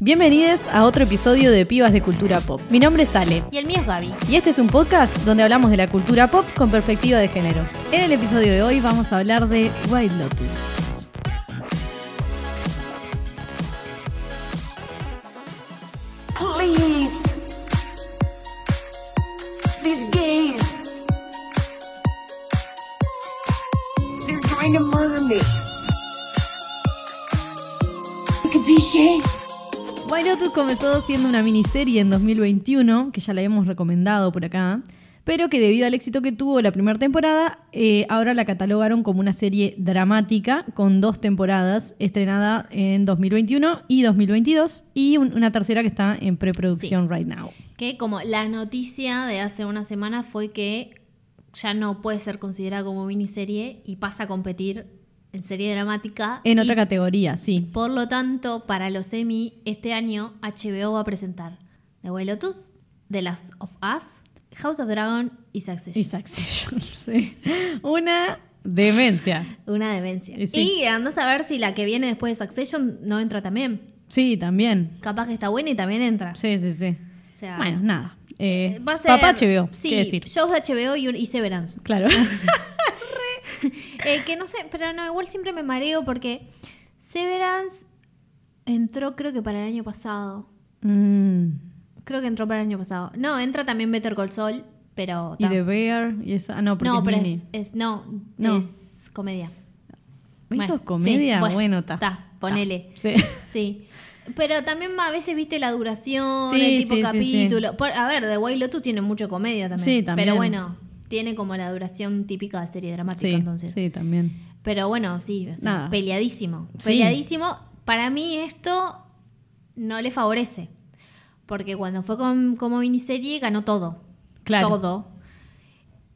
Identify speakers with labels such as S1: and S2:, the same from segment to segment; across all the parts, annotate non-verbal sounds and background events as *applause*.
S1: Bienvenidos a otro episodio de Pibas de Cultura Pop. Mi nombre es Ale
S2: Y el mío es Gaby.
S1: y este es un podcast donde hablamos de la cultura pop con perspectiva de género.
S3: En el episodio de hoy vamos a hablar de White Lotus.
S4: Please. These gays. They're trying to murder me. Capiche?
S3: White Lotus comenzó siendo una miniserie en 2021, que ya la hemos recomendado por acá, pero que debido al éxito que tuvo la primera temporada, eh, ahora la catalogaron como una serie dramática con dos temporadas, estrenada en 2021 y 2022, y un- una tercera que está en preproducción right now.
S2: Que como la noticia de hace una semana fue que ya no puede ser considerada como miniserie y pasa a competir en serie dramática.
S3: En
S2: Y,
S3: otra categoría, sí.
S2: Por lo tanto, para los Emmy, este año HBO va a presentar The White Lotus, The Last of Us, House of Dragon y Succession.
S3: Y Succession, *laughs* sí. Una demencia.
S2: Una demencia.
S3: Y sí.
S2: Y andás a ver si la que viene después de Succession no entra también.
S3: Sí, también.
S2: Capaz que está buena y también entra.
S3: Sí, sí, sí.
S2: O sea,
S3: bueno, nada. Eh,
S2: Va a ser-
S3: papá HBO,
S2: sí,
S3: ¿qué decir?
S2: shows de HBO y, un- y Severance.
S3: Claro.
S2: Eh, que no sé, pero no, igual siempre me mareo porque Severance entró creo que para el año pasado.
S3: *laughs* Mm,
S2: Creo que entró para el año pasado. No, entra también Better Call Saul, pero...
S3: y
S2: ta-
S3: The Bear y esa. Ah, no, porque
S2: no,
S3: es
S2: pero
S3: mini.
S2: es, es- no,
S3: No.
S2: es comedia.
S3: ¿Me
S2: Bueno,
S3: hizo
S2: sí,
S3: comedia?
S2: bueno,
S3: bueno, está.
S2: ta, ponele.
S3: Sí.
S2: Sí. Pero también a veces viste la duración,
S3: Sí,
S2: el tipo
S3: sí, sí,
S2: capítulo. Por- a ver, The Way Lotus tiene mucho comedia también.
S3: Sí, también.
S2: Pero bueno, tiene como la duración típica de serie dramática
S3: Sí,
S2: entonces.
S3: sí, también.
S2: Pero bueno, sí, o sea,
S3: Nada.
S2: peleadísimo.
S3: Sí.
S2: Peleadísimo. Para mí esto no le favorece. Porque cuando fue con- como miniserie ganó todo.
S3: Claro.
S2: Todo.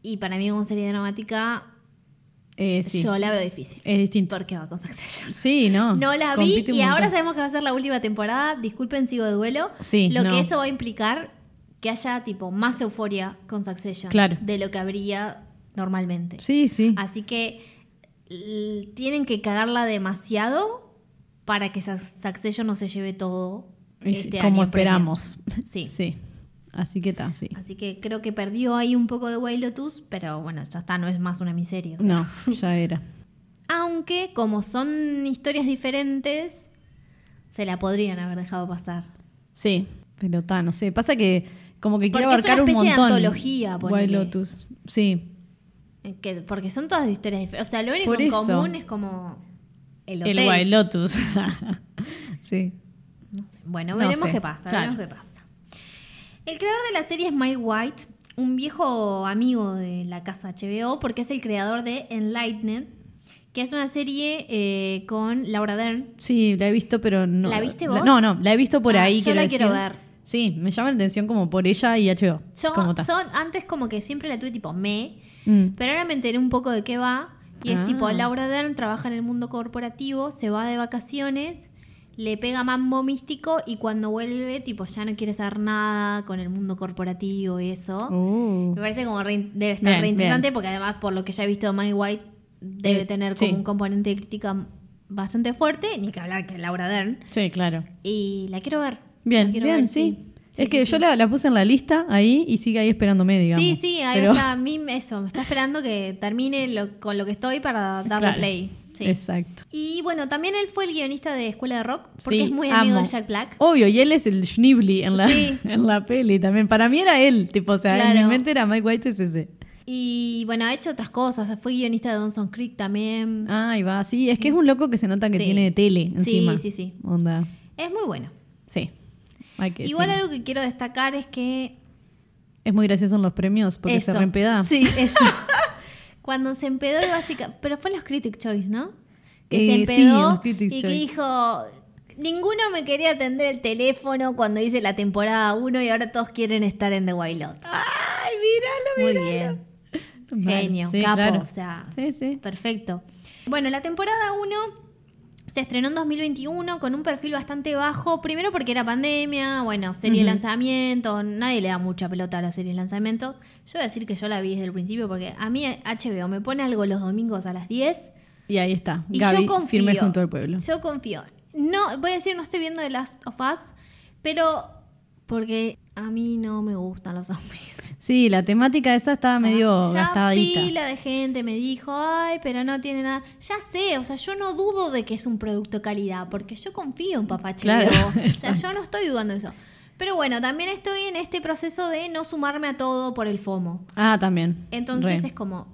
S2: Y para mí como serie dramática
S3: Eh, sí.
S2: yo la veo difícil.
S3: Es distinto.
S2: Porque va con Succession.
S3: Sí, no.
S2: No la vi
S3: compite un
S2: y ahora
S3: montón.
S2: sabemos que va a ser la última temporada. Disculpen, sigo de duelo.
S3: Sí,
S2: lo
S3: no.
S2: que eso va a implicar que haya tipo más euforia con Succession
S3: Claro.
S2: de lo que habría normalmente.
S3: Sí, sí.
S2: Así que l- tienen que cagarla demasiado para que Sus- Succession no se lleve todo
S3: Y sí,
S2: este
S3: como
S2: año
S3: esperamos.
S2: premios.
S3: *laughs*
S2: Sí.
S3: Sí. Así que está, sí.
S2: Así que creo que perdió ahí un poco de Wild Lotus, pero bueno, ya está, no es más una miseria. o sea. *laughs*
S3: No, ya era.
S2: Aunque, como son historias diferentes, se la podrían haber dejado pasar.
S3: Sí, pero está, no sé. Pasa que como que quiere
S2: Porque es una
S3: abarcar un
S2: especie de
S3: montón.
S2: antología,
S3: White
S2: ponele.
S3: Lotus. Sí.
S2: Eh, que- porque son todas historias diferentes. O sea, lo único
S3: Por
S2: en
S3: eso.
S2: común es como el hotel.
S3: El Wild Lotus. *laughs* sí.
S2: Bueno,
S3: No
S2: veremos
S3: sé,
S2: qué pasa,
S3: claro.
S2: veremos qué pasa. El creador de la serie es Mike White, un viejo amigo de la casa HBO, porque es el creador de Enlightened, que es una serie eh, con Laura Dern.
S3: Sí, la he visto, pero no.
S2: ¿La viste vos?
S3: No, no, la he visto por
S2: Ah,
S3: ahí.
S2: yo
S3: quiero
S2: la
S3: decir.
S2: quiero ver.
S3: Sí, me llama la atención como por ella y HBO.
S2: Yo,
S3: como tal.
S2: yo antes como que siempre la tuve tipo me,
S3: Mm.
S2: pero ahora me enteré un poco de qué va. Y es
S3: Ah.
S2: tipo, Laura Dern trabaja en el mundo corporativo, se va de vacaciones, le pega mambo místico y cuando vuelve, tipo, ya no quiere saber nada con el mundo corporativo y eso.
S3: Uh.
S2: Me parece como re- debe estar
S3: Bien,
S2: re interesante
S3: bien.
S2: porque además por lo que ya he visto de Mike White debe
S3: Eh,
S2: tener
S3: sí.
S2: como un componente de crítica bastante fuerte, ni que hablar que Laura Dern.
S3: Sí, claro.
S2: Y la quiero ver.
S3: Bien,
S2: La quiero
S3: bien,
S2: ver,
S3: sí.
S2: Sí,
S3: es
S2: sí,
S3: que
S2: sí.
S3: yo la, la puse en la lista ahí y sigue ahí esperándome, digamos.
S2: Sí, sí, ahí
S3: Pero-
S2: está. A mí me- eso, me está esperando que termine lo- con lo que estoy para darle
S3: Claro.
S2: play. Sí.
S3: Exacto.
S2: Y bueno, también él fue el guionista de Escuela de Rock porque
S3: Sí,
S2: es muy amigo
S3: amo.
S2: de Jack Black.
S3: Obvio, y él es el Schnibli en la,
S2: Sí.
S3: *laughs* en la peli también. Para mí era él, tipo, o sea, en
S2: Claro.
S3: mi mente era Mike White es ese.
S2: Y bueno, ha hecho otras cosas. Fue guionista de Dawson's Creek también.
S3: Ah, Ahí va, sí, es que es un loco que se nota que
S2: Sí.
S3: tiene tele
S2: Sí,
S3: encima.
S2: sí, sí.
S3: Onda.
S2: Es muy bueno.
S3: Sí. Hay Ah. que
S2: Igual
S3: decirlo.
S2: algo que quiero destacar es que
S3: Es muy gracioso en los premios porque se
S2: Eso.
S3: reempeda.
S2: Sí,
S3: *laughs*
S2: eso. Cuando se empedó y básicamente. Pero fue en los Critic Choice, ¿no? Que se
S3: Eh, sí, en
S2: empedó
S3: los Critic
S2: y que
S3: Choice.
S2: dijo. Ninguno me quería atender el teléfono cuando hice la temporada 1 y ahora todos quieren estar en The Wild Lotus.
S3: Ay, míralo,
S2: Muy bien.
S3: Mal.
S2: Genio,
S3: Sí,
S2: capo,
S3: claro.
S2: o sea.
S3: Sí, sí.
S2: Perfecto. Bueno, la temporada 1 se estrenó en 2021 con un perfil bastante bajo. Primero porque era pandemia, bueno, serie de lanzamiento. Nadie le da mucha pelota a la serie de lanzamiento. Yo voy a decir que yo la vi desde el principio porque a mí HBO me pone algo los domingos a las 10
S3: Y ahí está.
S2: y
S3: Gaby,
S2: yo confío.
S3: firme junto al pueblo.
S2: Yo confío. No, voy a decir, no estoy viendo The Last of Us, pero porque a mí no me gustan los zombies.
S3: Sí, la temática esa está medio
S2: ya
S3: gastadita.
S2: pila de gente me dijo, ay, pero no tiene nada. Ya sé, o sea, yo no dudo de que es un producto de calidad, porque yo confío en Papá
S3: Claro, *laughs*
S2: Chelo. o sea,
S3: exacto.
S2: yo no estoy dudando de eso. Pero bueno, también estoy en este proceso de no sumarme a todo por el FOMO.
S3: Ah, también.
S2: Entonces
S3: Re.
S2: es como,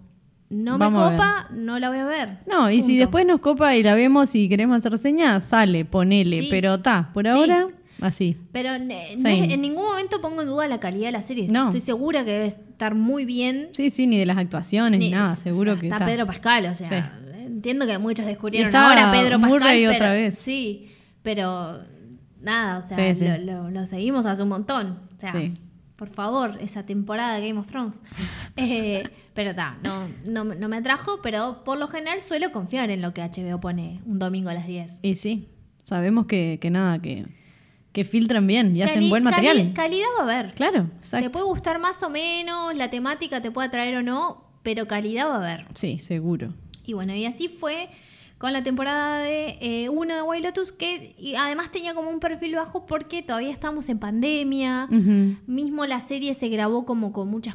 S2: no
S3: Vamos a
S2: me copa, no la voy a ver.
S3: No, y si
S2: Punto.
S3: después nos copa y la vemos y queremos hacer señas, sale, ponele.
S2: Sí.
S3: Pero ta, por
S2: Sí.
S3: ahora, así.
S2: Pero eh, no
S3: Same.
S2: es- en ningún momento pongo en duda la calidad de la serie.
S3: No.
S2: Estoy segura que debe estar muy bien.
S3: Sí, sí, ni de las actuaciones, ni
S2: Ni-
S3: nada,
S2: o sea,
S3: seguro que
S2: está.
S3: está.
S2: Pedro Pascal, o sea,
S3: Sí.
S2: entiendo que muchos descubrieron
S3: Y estaba
S2: ahora Pedro Pascal.
S3: Murray
S2: pero-
S3: otra vez.
S2: Sí, pero nada, o sea,
S3: Sí, sí.
S2: Lo, lo- lo seguimos hace un montón. O sea,
S3: Sí.
S2: por favor, esa temporada de Game
S3: *laughs*
S2: of Thrones. Eh, pero está, no, no, no me atrajo, pero por lo general suelo confiar en lo que HBO pone un domingo a las 10.
S3: Y sí, sabemos que, que nada, que, que filtran bien y hacen
S2: Cali-
S3: buen
S2: cali-
S3: material.
S2: calidad va a haber.
S3: Claro,
S2: Te puede
S3: exacto.
S2: gustar más o menos, la temática te puede atraer o no, pero calidad va a haber.
S3: Sí, seguro.
S2: Y bueno, y así fue con la temporada de eh, uno de White Lotus, que y además tenía como un perfil bajo porque todavía estábamos en pandemia.
S3: Ujú.
S2: Mismo la serie se grabó como con muchas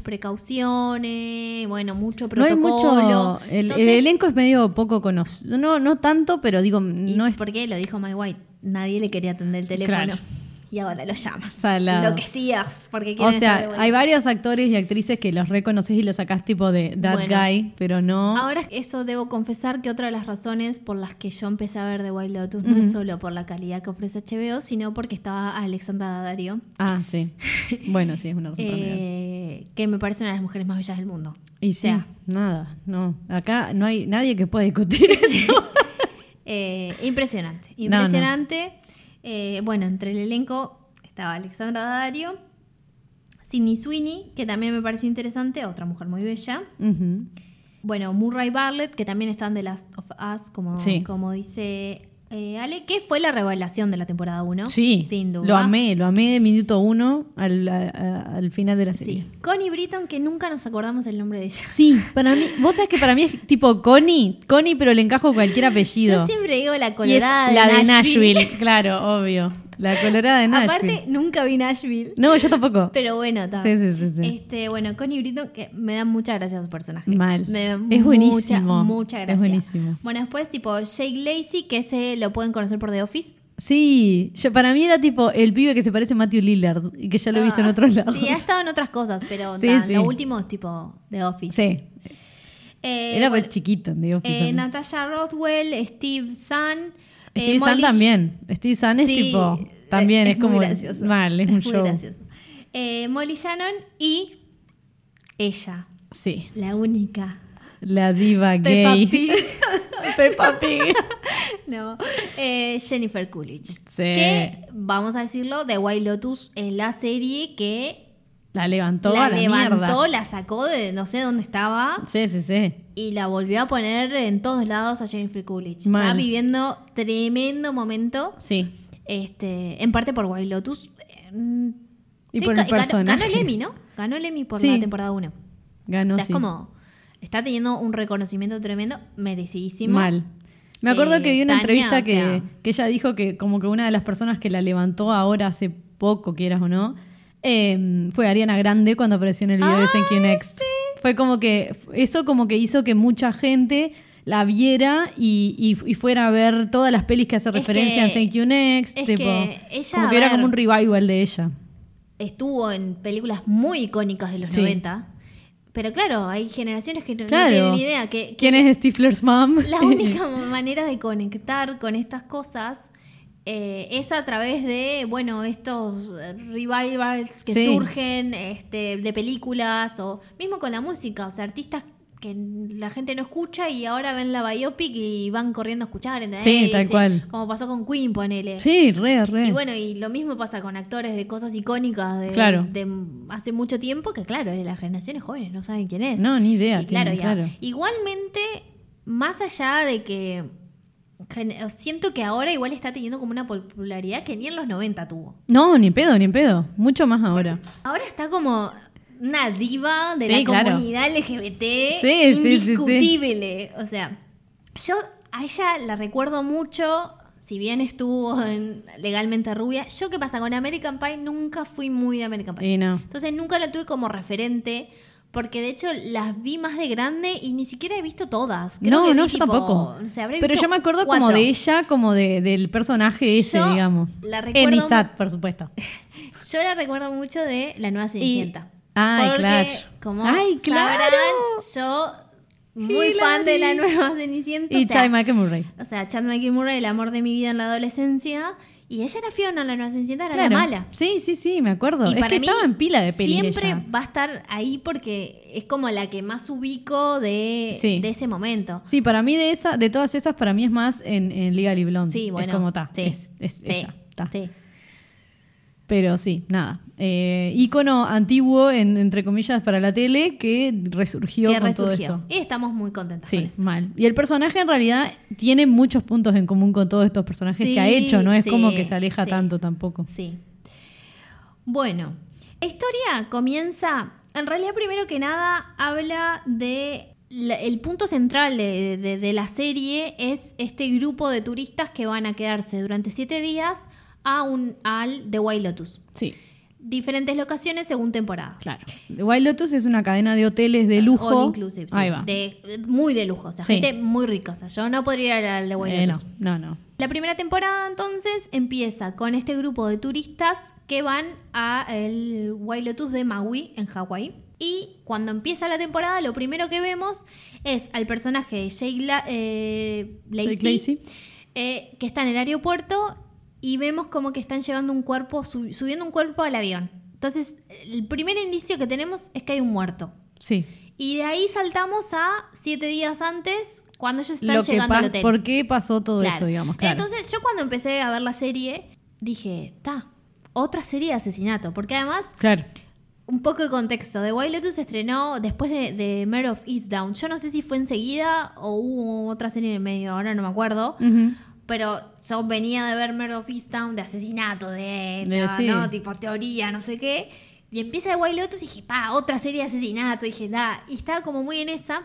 S2: precauciones, bueno, mucho
S3: No hay
S2: protocolo.
S3: mucho. El, el
S2: Entonces-
S3: elenco es medio poco conocido. No, no tanto, pero digo,
S2: ¿Y
S3: no es.
S2: ¿Por qué? Lo dijo My White. Nadie le quería atender el teléfono.
S3: Claro.
S2: Y ahora lo llamas.
S3: Salado.
S2: Lo que sí es, porque
S3: O
S2: quieren estar de
S3: sea,
S2: vuelta.
S3: hay varios actores y actrices que los reconoces y los sacás tipo de That
S2: Bueno.
S3: Guy, pero no.
S2: Ahora eso debo confesar que otra de las razones por las que yo empecé a ver The Wild Lotus no es solo por la calidad que ofrece HBO, sino porque estaba Alexandra Daddario,
S3: Ah,
S2: *laughs*
S3: sí. Bueno, sí, es una razón. para mirar.
S2: eh, que me parece una de las mujeres más bellas del mundo.
S3: y
S2: O
S3: sí,
S2: sea,
S3: nada, no. Acá no hay nadie que pueda discutir *laughs* eso.
S2: eh, impresionante,
S3: No, no.
S2: impresionante. Eh, bueno, entre el elenco estaba Alexandra Daddario, Sidney Sweeney, que también me pareció interesante, otra mujer muy bella.
S3: Ujú.
S2: Bueno, Murray Bartlett, que también están de Last of Us, como,
S3: Sí.
S2: como dice eh, Ale, que fue la revelación de la temporada 1.
S3: Sí,
S2: sin duda.
S3: lo amé, lo amé de minuto uno al, a- a- al final de la serie.
S2: Sí. Connie Britton, que nunca nos acordamos el nombre de ella.
S3: Sí, para mí, vos sabés que para mí es tipo Connie, Connie, pero le encajo cualquier apellido.
S2: Yo siempre digo la
S3: Y es
S2: colorada
S3: la
S2: de, Nashville. *laughs*
S3: *laughs* claro, obvio. La colorada de Nashville.
S2: Aparte, nunca vi Nashville.
S3: no, yo tampoco.
S2: Pero bueno, está.
S3: Sí, sí, sí, sí.
S2: Este, bueno, Connie Britton, que me da mucha gracia su personaje.
S3: Mal.
S2: Me da
S3: Es
S2: mucha,
S3: buenísimo.
S2: Mucha
S3: Es
S2: gracia.
S3: buenísimo.
S2: Bueno, después, tipo, Jake Lacey, que se lo pueden conocer por The Office.
S3: Sí, yo, para mí era tipo el pibe que se parece a Matthew Lillard y que ya lo he visto en
S2: Ah,
S3: otros lados.
S2: Sí, ha estado en otras cosas, pero
S3: Sí,
S2: ta,
S3: sí.
S2: lo último es tipo The Office.
S3: Sí,
S2: Eh,
S3: era
S2: bueno,
S3: re chiquito en The Office
S2: eh,
S3: también.
S2: Natasha Rothwell, Steve Zahn. eh,
S3: Steve Zahn
S2: Molly-
S3: también. Steve Zahn es
S2: Sí,
S3: tipo. También
S2: eh,
S3: es, como.
S2: Muy gracioso.
S3: Mal, es un
S2: muy
S3: show.
S2: gracioso. Eh, Molly Shannon y ella,
S3: Sí,
S2: la única.
S3: la diva
S2: Peppa
S3: gay.
S2: Pig.
S3: *laughs* Peppa Pig.
S2: *laughs* No. Eh, Jennifer Coolidge.
S3: Sí.
S2: Que, vamos a decirlo, The White Lotus es la serie que
S3: La levantó
S2: la,
S3: a la
S2: levantó,
S3: mierda.
S2: la sacó de no sé dónde estaba.
S3: Sí, sí, sí.
S2: Y la volvió a poner en todos lados a Jennifer Coolidge.
S3: Mal.
S2: Está viviendo tremendo momento.
S3: Sí.
S2: Este, en parte por Wild Lotus. eh, mm,
S3: Y
S2: sí,
S3: por
S2: ga-
S3: el personaje.
S2: Ganó, ganó el Emmy, ¿no? Ganó el Emmy por
S3: Sí.
S2: la temporada 1.
S3: Ganó.
S2: o sea,
S3: sí.
S2: es como. Está teniendo un reconocimiento tremendo, merecidísimo.
S3: Mal. Me acuerdo
S2: Eh,
S3: que vi una
S2: Tania,
S3: entrevista
S2: o
S3: que,
S2: sea-
S3: que ella dijo que como que una de las personas que la levantó ahora hace poco, quieras o no, eh, fue Ariana Grande cuando apareció en el video de Thank You Next. Fue como que eso como que hizo que mucha gente la viera y, y- y fuera a ver todas las pelis que hace
S2: Es
S3: referencia en
S2: que-
S3: Thank You Next.
S2: es
S3: tipo,
S2: que ella,
S3: como que
S2: a
S3: era
S2: ver-
S3: como un revival de ella.
S2: Estuvo en películas muy icónicas de los
S3: Sí.
S2: 90. Pero claro, hay generaciones que no-
S3: Claro.
S2: no tienen ni idea. Que,
S3: ¿Quién es Stifler's mom? *laughs*
S2: La única manera de conectar con estas cosas eh, es a través de, bueno, estos eh, revivals que
S3: Sí.
S2: surgen este, de películas o mismo con la música, o sea, artistas que la gente no escucha y ahora ven la biopic y van corriendo a escuchar, ¿entendés?
S3: Sí,
S2: Y
S3: tal
S2: dicen,
S3: cual.
S2: Como pasó con Queen, ponele.
S3: sí, re, re.
S2: Y bueno, y lo mismo pasa con actores de cosas icónicas de,
S3: Claro.
S2: de hace mucho tiempo que, claro, eh, las generaciones jóvenes no saben quién es.
S3: No, ni idea
S2: Y claro,
S3: tienen,
S2: ya.
S3: claro.
S2: Igualmente, más allá de que gen- siento que ahora igual está teniendo como una popularidad que ni en los 90 tuvo.
S3: No, ni en pedo, ni en pedo. Mucho más ahora.
S2: Ahora está como una diva de
S3: Sí,
S2: la
S3: claro.
S2: comunidad
S3: sí,
S2: LGBT
S3: sí, sí.
S2: indiscutible. O sea, yo a ella la recuerdo mucho. si bien estuvo en legalmente rubia, yo qué pasa, con American Pie nunca fui muy de American Pie.
S3: Y no.
S2: Entonces nunca la tuve como referente. Porque de hecho las vi más de grande y ni siquiera he visto todas. Creo
S3: no,
S2: que
S3: no,
S2: vi
S3: yo
S2: tipo-
S3: tampoco.
S2: o sea, habré
S3: Pero
S2: visto
S3: yo me acuerdo como
S2: cuatro.
S3: de ella, como de, del personaje ese,
S2: Yo
S3: digamos.
S2: la
S3: En
S2: recuerdo-
S3: Isaac, por
S2: *laughs*
S3: supuesto.
S2: Yo la recuerdo mucho de La Nueva Cenicienta.
S3: ay,
S2: Porque,
S3: claro.
S2: Como
S3: Ay, claro.
S2: sabrán, yo muy fan de La Nueva Cenicienta.
S3: Y
S2: o sea,
S3: Chai Michael Murray.
S2: O sea, Chad Michael Murray, el amor de mi vida en la adolescencia. Y ella era Fiona, la nueva cenicienta, era
S3: Claro.
S2: la mala.
S3: Sí, sí, sí, me acuerdo.
S2: Y
S3: es que estaba en pila de pelis
S2: Siempre
S3: ella.
S2: va a estar ahí porque es como la que más ubico de,
S3: Sí.
S2: de ese momento.
S3: Sí, para mí de esa, de todas esas, para mí es más en, en Legally Blonde.
S2: Sí, bueno.
S3: Es como está.
S2: sí,
S3: es es
S2: sí,
S3: ella, ta.
S2: sí.
S3: Pero sí, nada. Eh, ícono antiguo, en- entre comillas, para la tele, que resurgió
S2: Que
S3: con todo
S2: resurgió.
S3: esto.
S2: Y estamos muy contentas con
S3: Sí,
S2: eso.
S3: mal. Y el personaje en realidad tiene muchos puntos en común con todos estos personajes
S2: Sí,
S3: que ha hecho, no es
S2: sí,
S3: como que se aleja
S2: sí.
S3: tanto tampoco.
S2: Sí. Bueno, la historia comienza. En realidad, primero que nada, habla de. la- el punto central de, de- de la serie es este grupo de turistas que van a quedarse durante siete días a un, al The White Lotus.
S3: Sí,
S2: Diferentes locaciones según temporada.
S3: claro. The Wild Lotus es una cadena de hoteles de lujo.
S2: All inclusive, sí.
S3: Ahí va.
S2: De- muy de lujo, o sea,
S3: Sí.
S2: gente muy rica. O sea, yo no podría ir al The White
S3: Eh,
S2: Lotus.
S3: no, no, no.
S2: La primera temporada entonces empieza con este grupo de turistas que van a el White Lotus de Maui en Hawái. Y cuando empieza la temporada, lo primero que vemos es al personaje de Jake La- eh, Lacey,
S3: Jake Lacey.
S2: eh, que está en el aeropuerto y vemos como que están llevando un cuerpo, su- subiendo un cuerpo al avión. Entonces, el primer indicio que tenemos es que hay un muerto.
S3: Sí.
S2: Y de ahí saltamos a siete días antes, cuando ellos están
S3: Lo que
S2: llegando al
S3: pas-
S2: hotel.
S3: ¿Por qué pasó todo
S2: Claro.
S3: eso, digamos? Claro.
S2: Entonces, yo cuando empecé a ver la serie, dije, ta, otra serie de asesinato. Porque además,
S3: claro.
S2: un poco de contexto: The Wild Lotus se estrenó después de, de Mare of Easttown. Yo no sé si fue enseguida o hubo otra serie en el medio, ahora no me acuerdo.
S3: Ujú.
S2: Pero yo venía de ver Mare of Easttown, de asesinato, de.
S3: De-
S2: no,
S3: sí.
S2: no, tipo teoría, no sé qué. Y empieza The Wild Lotus y dije, pa, otra serie de asesinato. Y dije, da. Y estaba como muy en esa.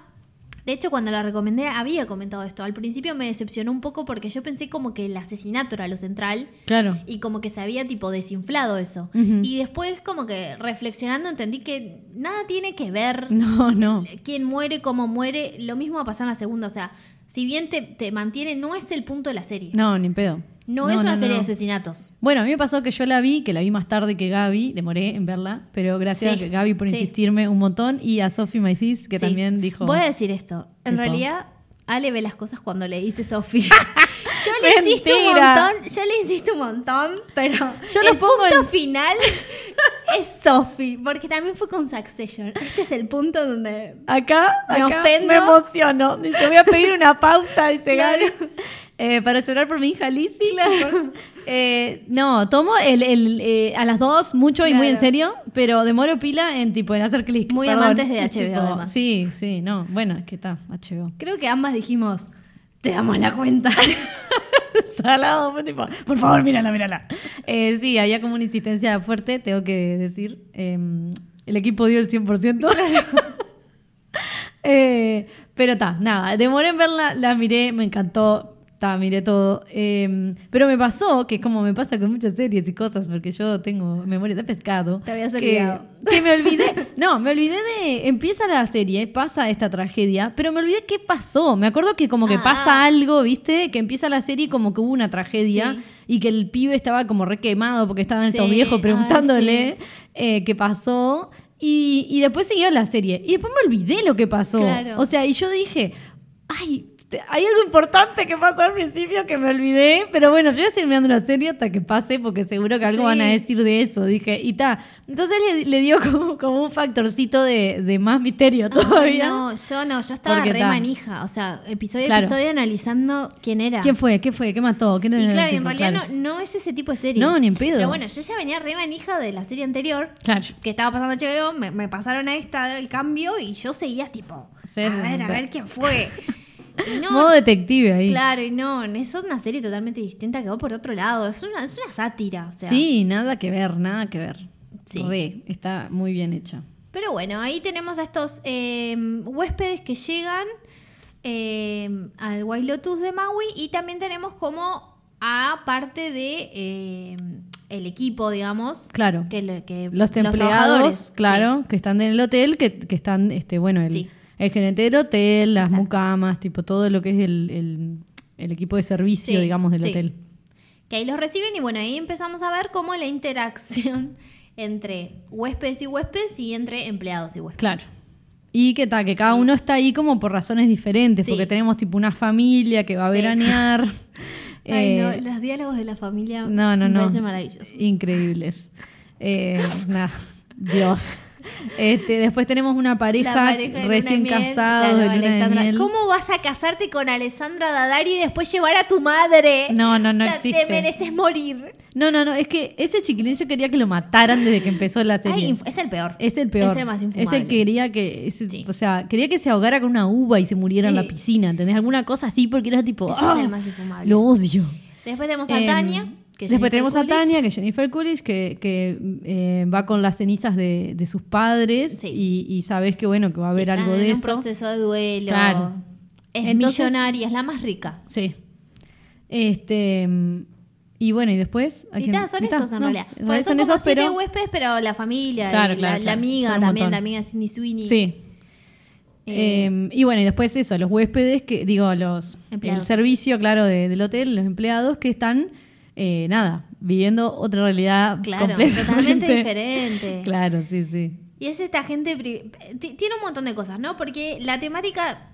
S2: De hecho, cuando la recomendé, había comentado esto. Al principio me decepcionó un poco porque yo pensé como que el asesinato era lo central.
S3: Claro.
S2: Y como que se había tipo desinflado eso.
S3: Ujú.
S2: Y después, como que reflexionando, entendí que nada tiene que ver
S3: No, no.
S2: quién muere, cómo muere, lo mismo va a pasar en la segunda. O sea, si bien te, te mantiene, no es el punto de la serie. No,
S3: No, ni pedo.
S2: es una serie
S3: no.
S2: de asesinatos.
S3: Bueno, a mí me pasó que yo la vi, que la vi más tarde que Gaby, demoré en verla, pero gracias
S2: Sí,
S3: Gaby por
S2: sí.
S3: insistirme un montón y a Sophie Maisís que
S2: Sí.
S3: también dijo...
S2: Voy a decir esto. En
S3: Tipo-
S2: realidad, Ale ve las cosas cuando le
S3: *laughs*
S2: dice Sofía. yo le insisto un
S3: Mentira.
S2: montón, yo le insisto un montón, pero
S3: Yo lo
S2: el
S3: pongo
S2: punto
S3: en- *laughs*
S2: final es Sophie, porque también fue con Succession. Este es el punto donde
S3: Acá,
S2: Me acá ofendo. me
S3: emociono. Dice, voy a pedir una pausa, dice
S2: Claro.
S3: *laughs* Eh, para llorar por mi hija Lizzie. *laughs* Eh, no, tomo el, el, eh, a las dos mucho y muy en
S2: Claro.
S3: serio, pero demoro pila en tipo en hacer clic.
S2: Muy
S3: perdón.
S2: amantes de
S3: Es
S2: HBO además.
S3: Sí, sí, no. Bueno, es que está, HBO.
S2: creo que ambas dijimos, te damos la *laughs* cuenta.
S3: *laughs* Salado, fue tipo, por favor, mírala, mírala. Eh, sí, había como una insistencia fuerte, tengo que decir. Eh, el equipo dio el 100%. *laughs* Eh, pero está, nada, demoré en verla, la miré, me encantó, ta, miré todo. Eh, pero me pasó, que es como me pasa con muchas series y cosas, porque yo tengo memoria de pescado.
S2: Te habías
S3: que-
S2: olvidado.
S3: Que me
S2: *laughs*
S3: olvidé, no, me olvidé de, empieza la serie, pasa esta tragedia, pero me olvidé qué pasó. Me acuerdo que como que
S2: Ah,
S3: pasa
S2: ah.
S3: algo, ¿viste? Que empieza la serie y como que hubo una tragedia
S2: Sí.
S3: y que el pibe estaba como re quemado porque estaban estos
S2: Sí,
S3: viejos
S2: ay,
S3: preguntándole eh, qué pasó. Y, y después siguió la serie. Y después me olvidé lo que pasó.
S2: Claro.
S3: O sea, y yo dije, ay, te- hay algo importante que pasó al principio que me olvidé. Pero bueno, yo voy a seguir mirando la serie hasta que pase porque seguro que algo
S2: Sí.
S3: van a decir de eso. Dije, y ta. Entonces le, le dio como, como un factorcito de, de más misterio todavía.
S2: No, yo no, yo estaba
S3: Porque
S2: re
S3: ta.
S2: manija. O sea, episodio a
S3: Claro.
S2: episodio analizando quién era.
S3: ¿Quién fue? ¿Qué fue? ¿Qué mató? ¿Quién era
S2: Y
S3: el
S2: claro, en
S3: tipo?
S2: realidad
S3: Claro.
S2: No, no es ese tipo de serie.
S3: No, ni en pedo.
S2: Pero bueno, yo ya venía re manija de la serie anterior,
S3: Claro.
S2: que estaba pasando HBO, me, me pasaron a esta el cambio y yo seguía tipo,
S3: Sí,
S2: a
S3: sí,
S2: ver,
S3: sí,
S2: a
S3: sí.
S2: ver
S3: *laughs*
S2: quién fue. Y no,
S3: Modo detective ahí.
S2: claro, y no, es una serie totalmente distinta que va por otro lado, es una, es una sátira, o sea.
S3: sí, nada que ver, nada que ver.
S2: Sí.
S3: Re, está muy bien hecha.
S2: Pero bueno, ahí tenemos a estos eh, huéspedes que em, llegan eh, al White Lotus de Maui y también tenemos como a parte de eh, el equipo, digamos.
S3: Claro.
S2: Que, le- que-
S3: los empleados,
S2: trabajadores,
S3: claro, que están en el hotel, que, que están, este, bueno, el,
S2: Sí.
S3: el gerente del hotel, las
S2: Exacto.
S3: mucamas, tipo todo lo que es el, el- el equipo de servicio,
S2: Sí,
S3: digamos, del
S2: sí.
S3: hotel.
S2: sí, que ahí los reciben y bueno, ahí empezamos a ver cómo la interacción *laughs* entre huéspedes y huéspedes y entre empleados y huéspedes.
S3: Claro. Y que ta, que cada uno está ahí como por razones diferentes,
S2: Sí.
S3: porque tenemos tipo una familia que va a
S2: Sí.
S3: veranear.
S2: *laughs* Ay,
S3: eh,
S2: no, los diálogos de la familia
S3: No, no,
S2: me
S3: no.
S2: parecen maravillosos. *laughs*
S3: Increíbles. Eh, nah, Dios. Este, después tenemos una pareja,
S2: La pareja de luna
S3: recién
S2: de miel,
S3: casados
S2: claro,
S3: de luna de
S2: Alexandra.
S3: miel.
S2: ¿Cómo vas a casarte con Alessandra Daddario y después llevar a tu madre?
S3: No, no, no
S2: O sea,
S3: existe.
S2: Te mereces morir.
S3: No, no, no, es que ese chiquilín yo quería que lo mataran desde que empezó la
S2: Ay,
S3: serie.
S2: inf- es el peor.
S3: es el peor.
S2: Es el más
S3: Es
S2: infumable.
S3: el que quería que, es el-
S2: Sí.
S3: o sea, quería que se ahogara con una uva y se muriera en
S2: Sí.
S3: la piscina, ¿entendés? Alguna cosa así porque era tipo,
S2: Ese es el
S3: "Ah,
S2: más infumable".
S3: Lo odio.
S2: Después tenemos a
S3: Em,
S2: Tania. que es
S3: después
S2: Jennifer
S3: tenemos a
S2: Coolidge.
S3: Tania, que es Jennifer Coolidge, que, que, eh, va con las cenizas de, de sus padres
S2: Sí.
S3: y, y sabes que bueno que va a
S2: Sí,
S3: haber
S2: están
S3: algo
S2: en
S3: de
S2: un
S3: eso.
S2: proceso de duelo.
S3: Claro.
S2: Es
S3: Entonces-
S2: millonaria, es la más rica.
S3: Sí. Este mm, y bueno, y después. ¿a
S2: Y
S3: quién?
S2: ta, son
S3: Y ta,
S2: esos en
S3: no,
S2: realidad.
S3: en
S2: Porque
S3: realidad
S2: son,
S3: son
S2: como
S3: esos,
S2: siete
S3: pero.
S2: huéspedes, pero la familia,
S3: Claro,
S2: y la,
S3: claro,
S2: la
S3: claro.
S2: amiga
S3: Son un
S2: también,
S3: montón.
S2: la amiga Cindy Sweeney.
S3: Sí. Eh, y bueno, y después eso, los huéspedes, que digo, los
S2: Empleados.
S3: el servicio, claro, de- del hotel, los empleados que están, eh, nada, viviendo otra realidad
S2: Claro,
S3: completamente-
S2: totalmente diferente.
S3: *laughs* Claro, sí, sí.
S2: Y es esta gente. pri- ti- Tiene un montón de cosas, ¿no? Porque la temática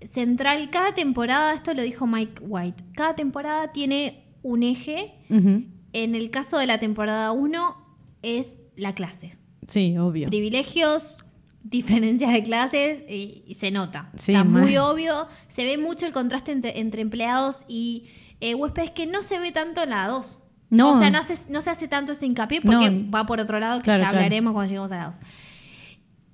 S2: central, cada temporada, esto lo dijo Mike White, cada temporada tiene un eje.
S3: Ujú.
S2: En el caso de la temporada 1, es la clase.
S3: Sí, obvio.
S2: Privilegios, diferencias de clases, y, y se nota.
S3: Sí,
S2: Está
S3: mal.
S2: muy obvio. Se ve mucho el contraste entre, entre empleados y eh, huéspedes que no se ve tanto en la 2.
S3: No.
S2: O sea, no, hace- no se hace tanto ese hincapié porque
S3: No.
S2: va por otro lado que
S3: Claro,
S2: ya
S3: claro.
S2: hablaremos cuando lleguemos a la 2.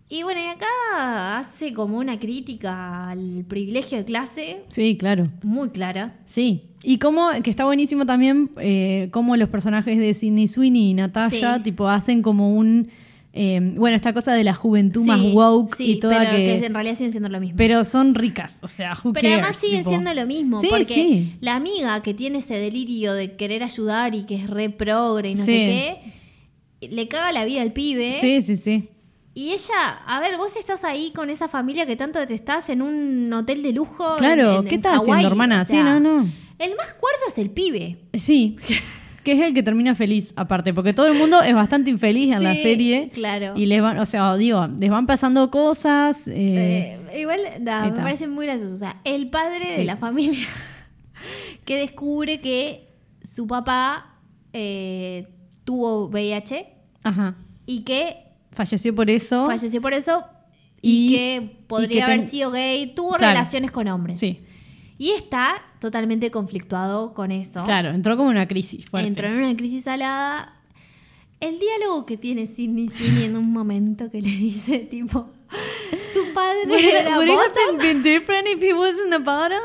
S2: Y bueno, y acá hace como una crítica al privilegio de clase
S3: Sí, claro.
S2: muy clara.
S3: Sí. Y cómo, que está buenísimo también, eh, cómo los personajes de Sidney Sweeney y Natasha,
S2: Sí.
S3: tipo, hacen como un. eh, bueno, esta cosa de la juventud más
S2: Sí,
S3: woke
S2: sí,
S3: y toda
S2: pero
S3: que.
S2: en realidad siguen siendo lo mismo.
S3: Pero son ricas, o sea, who
S2: Pero además
S3: cares,
S2: sigue
S3: tipo.
S2: siendo lo mismo,
S3: Sí,
S2: porque
S3: sí.
S2: la amiga que tiene ese delirio de querer ayudar y que es re progre y no
S3: Sí.
S2: sé qué, le caga la vida al pibe.
S3: Sí, sí, sí.
S2: Y ella, a ver, vos estás ahí con esa familia que tanto detestás en un hotel de lujo.
S3: Claro,
S2: en- en-
S3: ¿qué
S2: en
S3: estás haciendo,
S2: Hawái,
S3: hermana?
S2: o
S3: Sí,
S2: sea,
S3: no, no.
S2: El más cuerdo es el pibe.
S3: Sí. Que es el que termina feliz, aparte, porque todo el mundo es bastante infeliz en la
S2: Sí,
S3: serie.
S2: claro.
S3: Y les van, o sea, digo, les van pasando cosas. eh,
S2: Eh, igual, da,
S3: ahí
S2: me
S3: está.
S2: parece muy gracioso. O sea, el padre de
S3: Sí.
S2: la familia *laughs* que descubre que su papá eh, tuvo VIH
S3: Ajá.
S2: y que
S3: Falleció por eso.
S2: falleció por eso y,
S3: Y-
S2: que podría
S3: y que ten-
S2: haber sido gay, tuvo
S3: Claro.
S2: relaciones con hombres.
S3: Sí.
S2: Y está totalmente conflictuado con eso.
S3: Claro, entró como una crisis fuerte.
S2: Entró en una crisis salada. El diálogo que tiene Sidney Sweeney en un momento que le dice, *laughs* tipo, tu
S3: *laughs*
S2: padre
S3: What,
S2: *laughs* era
S3: what
S2: bot-
S3: have been different if he wasn't a bottom?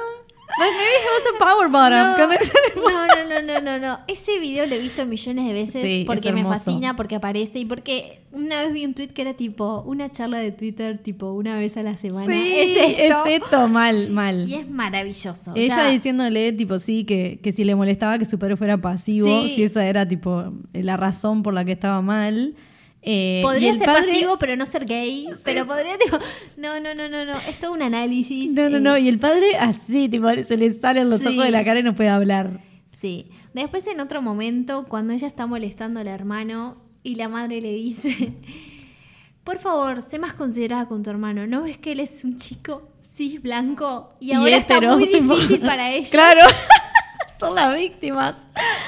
S3: Like maybe he was a power bottom.
S2: No,
S3: Can I say-
S2: no, no, no, no, no. Ese video lo he visto millones de veces
S3: Sí, es
S2: porque me
S3: hermoso.
S2: fascina, porque aparece y porque una vez vi un tweet que era tipo una charla de Twitter, tipo una vez a la semana.
S3: Sí,
S2: es esto.
S3: es esto, mal, mal.
S2: Y es maravilloso. o
S3: Mm. Ella
S2: sea,
S3: diciéndole, tipo, sí, que, que si le molestaba que su padre fuera pasivo,
S2: Sí.
S3: si esa era, tipo, la razón por la que estaba mal. Eh, y
S2: podría
S3: el
S2: ser
S3: padre-
S2: pasivo, pero no ser gay. Pero podría, *laughs* tipo, no, no, no, no, no. Es todo un análisis.
S3: No, no,
S2: eh,
S3: no. Y el padre así, tipo, se le salen los
S2: Sí.
S3: ojos de la cara y no puede hablar.
S2: Sí. Después en otro momento, cuando ella está molestando al hermano y la madre le dice, *laughs* por favor, sé más considerada con tu hermano. ¿No ves que él es un chico cis blanco? Y ahora está
S3: hetero,
S2: muy
S3: tipo. *laughs*
S2: difícil para ella.
S3: Claro. Son las víctimas.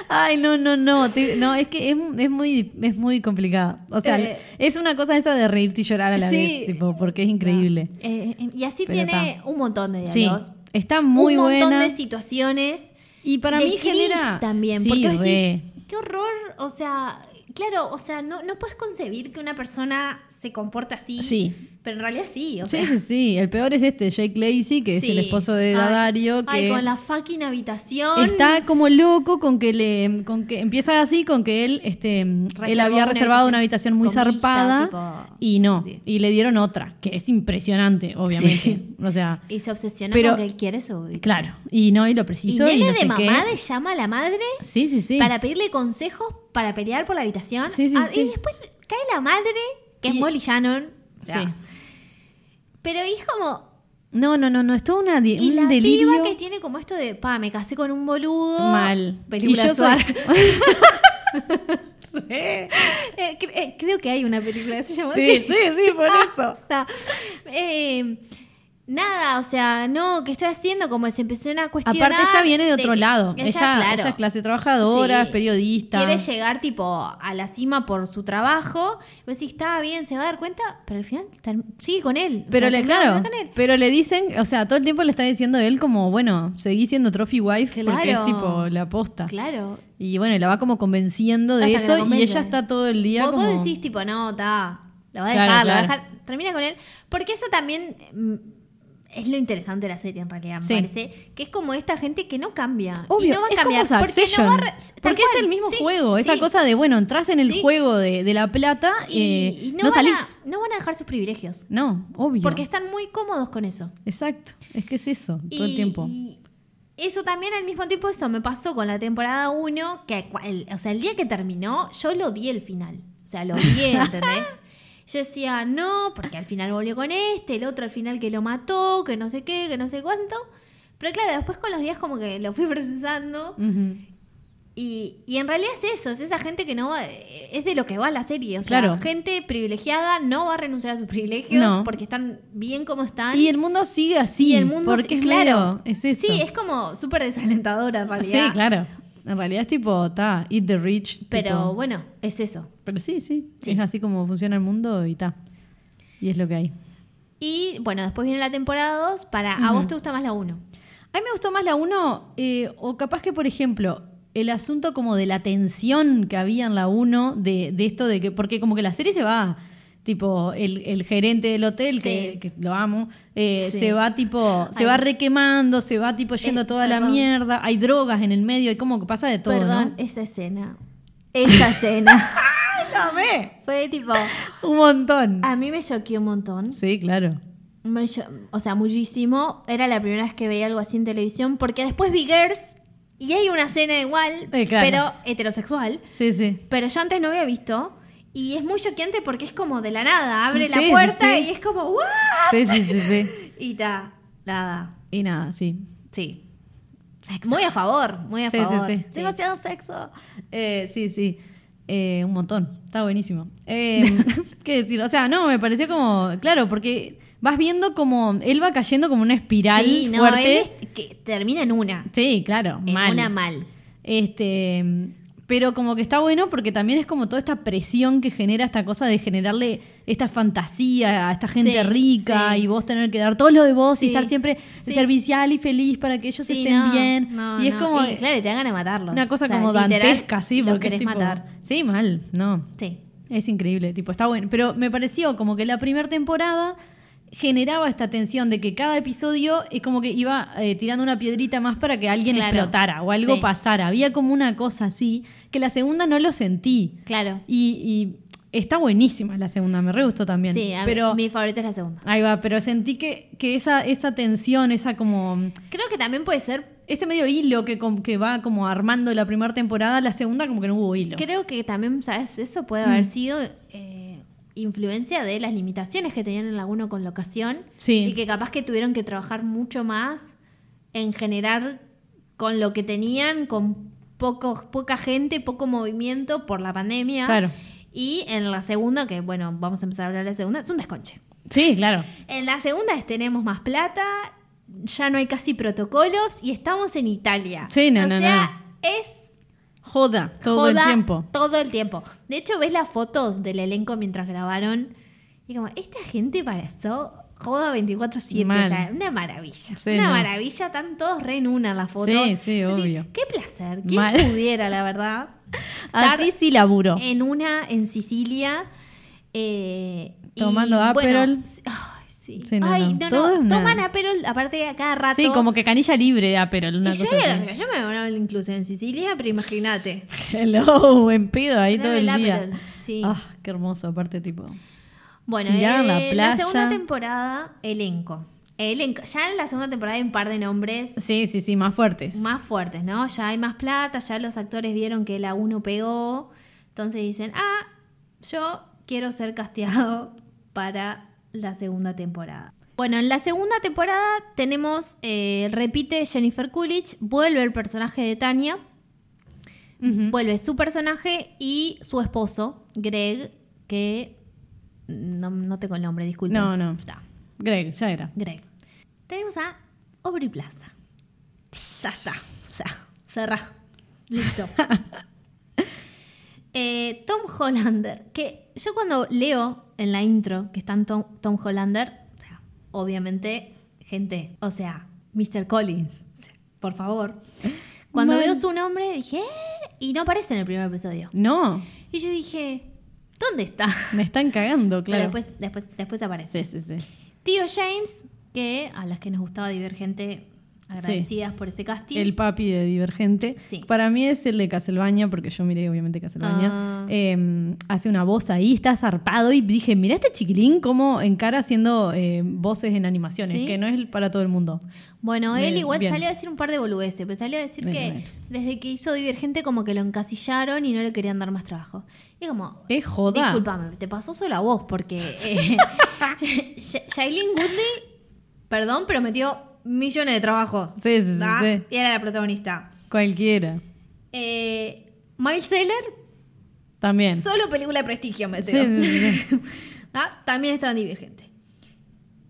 S3: Ay, no, no, no. Te- no, es que es, es muy, es muy complicado. O sea,
S2: Eh.
S3: es una cosa esa de reírte y llorar a la
S2: Sí.
S3: vez, tipo, porque es increíble.
S2: Eh, eh, y así
S3: Pero
S2: tiene
S3: ta.
S2: un montón de
S3: Sí,
S2: diálogos.
S3: está muy
S2: Ah, un montón
S3: buena.
S2: de situaciones.
S3: Y para
S2: de
S3: mí
S2: cringe
S3: genera
S2: también,
S3: Sí,
S2: porque vos
S3: re.
S2: decís, qué horror, o sea, Claro, o sea, no, no puedes concebir que una persona se comporta así.
S3: Sí.
S2: Pero en realidad sí, o sea.
S3: Sí, sí, sí. El peor es este, Jake Lacey, que es
S2: Sí.
S3: el esposo de
S2: Ay,
S3: Dadario, que
S2: Ay, con la fucking habitación.
S3: está como loco con que le con que empieza así con que él este él
S2: Reservó
S3: había
S2: una
S3: reservado una
S2: habitación
S3: habitación muy
S2: con vista,
S3: zarpada
S2: tipo-
S3: y no,
S2: Sí.
S3: y le dieron otra, que es impresionante, obviamente.
S2: Sí.
S3: O sea,
S2: Y se obsesiona
S3: Pero-
S2: con que él quiere su habitación.
S3: claro, y no y lo
S2: Y
S3: preciso y,
S2: nene
S3: no
S2: de
S3: sé qué.
S2: mamá llama a la madre
S3: Sí, sí, sí.
S2: para pedirle consejos para pelear por la habitación.
S3: Sí, sí,
S2: Ah,
S3: sí.
S2: Y después cae la madre, que
S3: Y-
S2: es Molly Shannon. O
S3: Sí.
S2: sea, Pero es como.
S3: No, no, no, no, es todo una di-
S2: Y
S3: un
S2: la
S3: delirio
S2: piba que tiene como esto de, pa, me casé con un boludo.
S3: mal.
S2: Película
S3: y yo soy-
S2: suave. *laughs* Eh, cre- eh, creo que hay una película que se llama
S3: sí,
S2: así.
S3: sí, sí, por eso.
S2: *laughs* Está. Eh, nada, o sea, no, que estoy haciendo? Como se empezó a cuestionar.
S3: Aparte ella viene de otro
S2: que-
S3: lado. Ella,
S2: claro.
S3: ella es clase trabajadora,
S2: Sí.
S3: es periodista.
S2: Quiere llegar tipo a la cima por su trabajo. Y vos decís, está bien, se va a dar cuenta, pero al final term- sigue con él. O
S3: Pero
S2: sea,
S3: le,
S2: termina
S3: claro,
S2: con él.
S3: pero le dicen, o sea, todo el tiempo le está diciendo él como, bueno, seguí siendo trophy wife porque es
S2: Claro.
S3: tipo la posta.
S2: Claro.
S3: Y bueno, y la va como convenciendo de
S2: Hasta que
S3: eso
S2: la
S3: y
S2: convence.
S3: ella está todo el día
S2: Vos,
S3: como...
S2: vos decís tipo, no, está, la va a dejar,
S3: Claro,
S2: la va a
S3: claro.
S2: dejar. Termina con él. Porque eso también mm, es lo interesante de la serie en realidad, me
S3: Sí.
S2: parece. Que es como esta gente que no cambia. y
S3: Obvio,
S2: no va a
S3: es
S2: cambiar.
S3: como
S2: porque no va
S3: Succession.
S2: a re-
S3: Porque,
S2: tal
S3: es
S2: cual,
S3: el mismo
S2: sí,
S3: juego, esa
S2: sí.
S3: cosa de, bueno, entras en el
S2: Sí.
S3: juego de, de la plata
S2: Y,
S3: eh,
S2: y
S3: no,
S2: no, van a-
S3: salís.
S2: no van a dejar sus privilegios.
S3: No, obvio.
S2: Porque están muy cómodos con eso.
S3: Exacto, es que es eso, todo
S2: Y-
S3: el tiempo.
S2: y eso también al mismo tiempo, eso me pasó con la temporada 1, que cua- el- o sea, el día que terminó, yo lo di el final. O sea, lo
S3: *laughs*
S2: di, ¿entendés? Yo decía, no, porque al final volvió con este, el otro al final que lo mató, que no sé qué, que no sé cuánto. Pero claro, después con los días como que lo fui *laughs* procesando.
S3: Ujú.
S2: Y, y en realidad es eso, es esa gente que no va, es de lo que va la serie. O sea,
S3: Claro.
S2: gente privilegiada no va a renunciar a sus privilegios
S3: No.
S2: porque están bien como están.
S3: Y el mundo sigue así.
S2: Y el mundo
S3: porque
S2: sí,
S3: es
S2: claro.
S3: medio- es eso.
S2: Sí, es como súper desalentadora en realidad.
S3: Sí, claro. En realidad es tipo, está, eat the rich.
S2: Pero
S3: tipo-
S2: bueno, es eso.
S3: pero sí, sí,
S2: Sí.
S3: Es así como funciona el mundo y está. Y es lo que hay.
S2: Y bueno, después viene la temporada 2 para a vos te gusta más la 1.
S3: A mí me gustó más la 1, o capaz que, por ejemplo, el asunto como de la tensión que había en la 1, de, de esto de que, porque como que la serie se va, tipo, el, el gerente del hotel, que,
S2: Sí.
S3: que lo amo, eh,
S2: Sí.
S3: se va tipo, se
S2: Ay.
S3: va requemando, se va tipo yendo
S2: Eh,
S3: toda la
S2: perdón.
S3: mierda, hay drogas en el medio, y como que pasa de todo,
S2: Perdón, esa escena. Esa *laughs* escena.
S3: ¿no? ¡Dame!
S2: Fue tipo,
S3: Un montón.
S2: a mí me choqueó un montón.
S3: Sí, claro.
S2: Me cho- o sea, muchísimo. Era la primera vez que veía algo así en televisión porque después vi Girls y hay una escena igual,
S3: Eh, claro.
S2: pero heterosexual.
S3: Sí, sí.
S2: pero yo antes no había visto. Y es muy choqueante porque es como de la nada. Abre
S3: Sí,
S2: la
S3: sí,
S2: puerta
S3: sí.
S2: y es como ¡What! *laughs*
S3: Sí, sí, sí, sí.
S2: Y ta, nada.
S3: Y nada, sí.
S2: Sí. Muy a favor, muy a
S3: Sí,
S2: favor.
S3: sí, sí.
S2: Sí.
S3: Demasiado sexo. Eh, sí, sí. Eh, un montón. Está buenísimo.
S2: *laughs*
S3: Eh, ¿Qué decir? O sea, no, me pareció como. Claro, porque vas viendo como. Él va cayendo como una espiral
S2: Sí, no,
S3: fuerte.
S2: él es- que termina en una.
S3: Sí, claro.
S2: En
S3: mal.
S2: una mal.
S3: Este. Pero como que está bueno porque también es como toda esta presión que genera esta cosa de generarle esta fantasía a esta gente
S2: Sí,
S3: rica
S2: sí.
S3: y vos tener que dar todo lo de vos y
S2: Sí,
S3: estar siempre
S2: sí.
S3: servicial y feliz para que ellos
S2: Sí,
S3: estén
S2: no,
S3: bien.
S2: no,
S3: y es
S2: no.
S3: como
S2: Y claro, y te dan ganas de matarlos.
S3: una cosa
S2: O sea,
S3: como
S2: literal,
S3: dantesca, sí,
S2: Los
S3: porque
S2: querés
S3: es tipo-
S2: matar.
S3: Sí, mal, no.
S2: Sí.
S3: Es increíble, tipo, está bueno. Pero me pareció como que la primera temporada generaba esta tensión de que cada episodio es como que iba eh, tirando una piedrita más para que alguien
S2: Claro.
S3: explotara o algo
S2: Sí.
S3: pasara. Había como una cosa así que la segunda no lo sentí.
S2: Claro.
S3: Y, y está buenísima la segunda, me re gustó también.
S2: Sí, a mí-
S3: pero,
S2: mi favorita es la segunda.
S3: Ahí va, pero sentí que, que esa, esa tensión, esa como
S2: Creo que también puede ser
S3: ese medio hilo que, com- que va como armando la primera temporada, la segunda como que no Mm. hubo hilo.
S2: Creo que también, ¿sabes? Eso puede haber sido eh, influencia de las limitaciones que tenían en la 1 con locación.
S3: Sí.
S2: Y que capaz que tuvieron que trabajar mucho más en generar con lo que tenían, con poco, poca gente, poco movimiento por la pandemia.
S3: Claro.
S2: Y en la segunda, que bueno, vamos a empezar a hablar de la segunda, es un desconche.
S3: Sí, claro.
S2: En la segunda es, tenemos más plata, ya no hay casi protocolos y estamos en Italia.
S3: Sí, no,
S2: o
S3: no, no,
S2: sea, es
S3: Joda todo el
S2: joda
S3: tiempo.
S2: Todo el tiempo. De hecho, ves las fotos del elenco mientras grabaron. Y como, esta gente pasó joda 24-7.
S3: Mal.
S2: O sea, una maravilla.
S3: Sí,
S2: una
S3: no.
S2: maravilla, están todos re en una en la foto.
S3: Sí, sí,
S2: Es decir,
S3: obvio.
S2: Qué placer. ¿Quién
S3: Mal.
S2: pudiera, la verdad? estar
S3: Así sí laburo.
S2: En una en Sicilia. eh, y,
S3: Tomando Aperol.
S2: Bueno, sí- ay, sí.
S3: Sí, no,
S2: Ay,
S3: no,
S2: no, no,
S3: todo es una-
S2: Toman Aperol, aparte de a cada rato.
S3: Sí, como que canilla libre, ah, pero
S2: Y
S3: una
S2: yo,
S3: cosa
S2: era
S3: así.
S2: la- yo me ganaba incluso en Sicilia, pero imagínate.
S3: Hello, buen pedo ahí
S2: Dame
S3: todo el
S2: la
S3: día.
S2: Aperol, sí.
S3: Ah, qué hermoso, aparte tipo.
S2: Bueno,
S3: Tirada en la
S2: eh,
S3: playa.
S2: la segunda temporada, elenco. Elenco. Ya en la segunda temporada hay un par de nombres
S3: Sí, sí, sí, más fuertes.
S2: más fuertes, ¿no? Ya hay más plata, ya los actores vieron que la 1 pegó, entonces dicen, ah, yo quiero ser casteado para la segunda temporada. Bueno, en la segunda temporada tenemos, eh, repite Jennifer Coolidge, vuelve el personaje de Tania,
S3: Ujú.
S2: vuelve su personaje y su esposo, Greg, que mm, no, no tengo el nombre, disculpen.
S3: No, no.
S2: Está,
S3: Greg, ya era.
S2: Greg. Tenemos a Aubrey Plaza. Ya está. Ya. Cerrá. Listo. Eh, Tom Hollander. Que yo cuando leo en la intro que están Tom, Tom Hollander, o sea, obviamente, gente, o sea, Mr. Collins, o sea, por favor. Cuando
S3: Mal.
S2: veo su nombre dije, "Eh", y no aparece en el primer episodio.
S3: No,
S2: Y yo dije, ¿dónde está?
S3: me están cagando,
S2: Pero
S3: claro.
S2: después, después, después aparece.
S3: Sí, sí, sí.
S2: Tío James, que a las que nos gustaba Divergente, agradecidas por ese casting.
S3: El papi de Divergente.
S2: Sí.
S3: Para mí es el de Castlevania, porque yo miré obviamente Castlevania.
S2: Ah.
S3: Eh, hace una voz ahí, está zarpado y dije, mira este chiquilín cómo encara haciendo eh, voces en animaciones,
S2: Sí.
S3: que no es para todo el mundo.
S2: bueno, él
S3: Bien,
S2: igual
S3: bien.
S2: salió a decir un par de boludeces, pero salió a decir
S3: Bien,
S2: que
S3: bien.
S2: desde que hizo Divergente como que lo encasillaron y no le querían dar más trabajo. Y como,
S3: Es joda.
S2: discúlpame, te pasó solo a vos,
S3: *laughs*
S2: porque eh, Ja- Shailene Woodley, perdón, pero metió millones de trabajos.
S3: Sí, sí, sí,
S2: ¿da?
S3: sí.
S2: Y era la protagonista.
S3: Cualquiera.
S2: Eh, Miles Saylor,
S3: También.
S2: Solo película de prestigio, me
S3: Sí, sí, sí,
S2: *laughs* Ah, También estaban divergentes.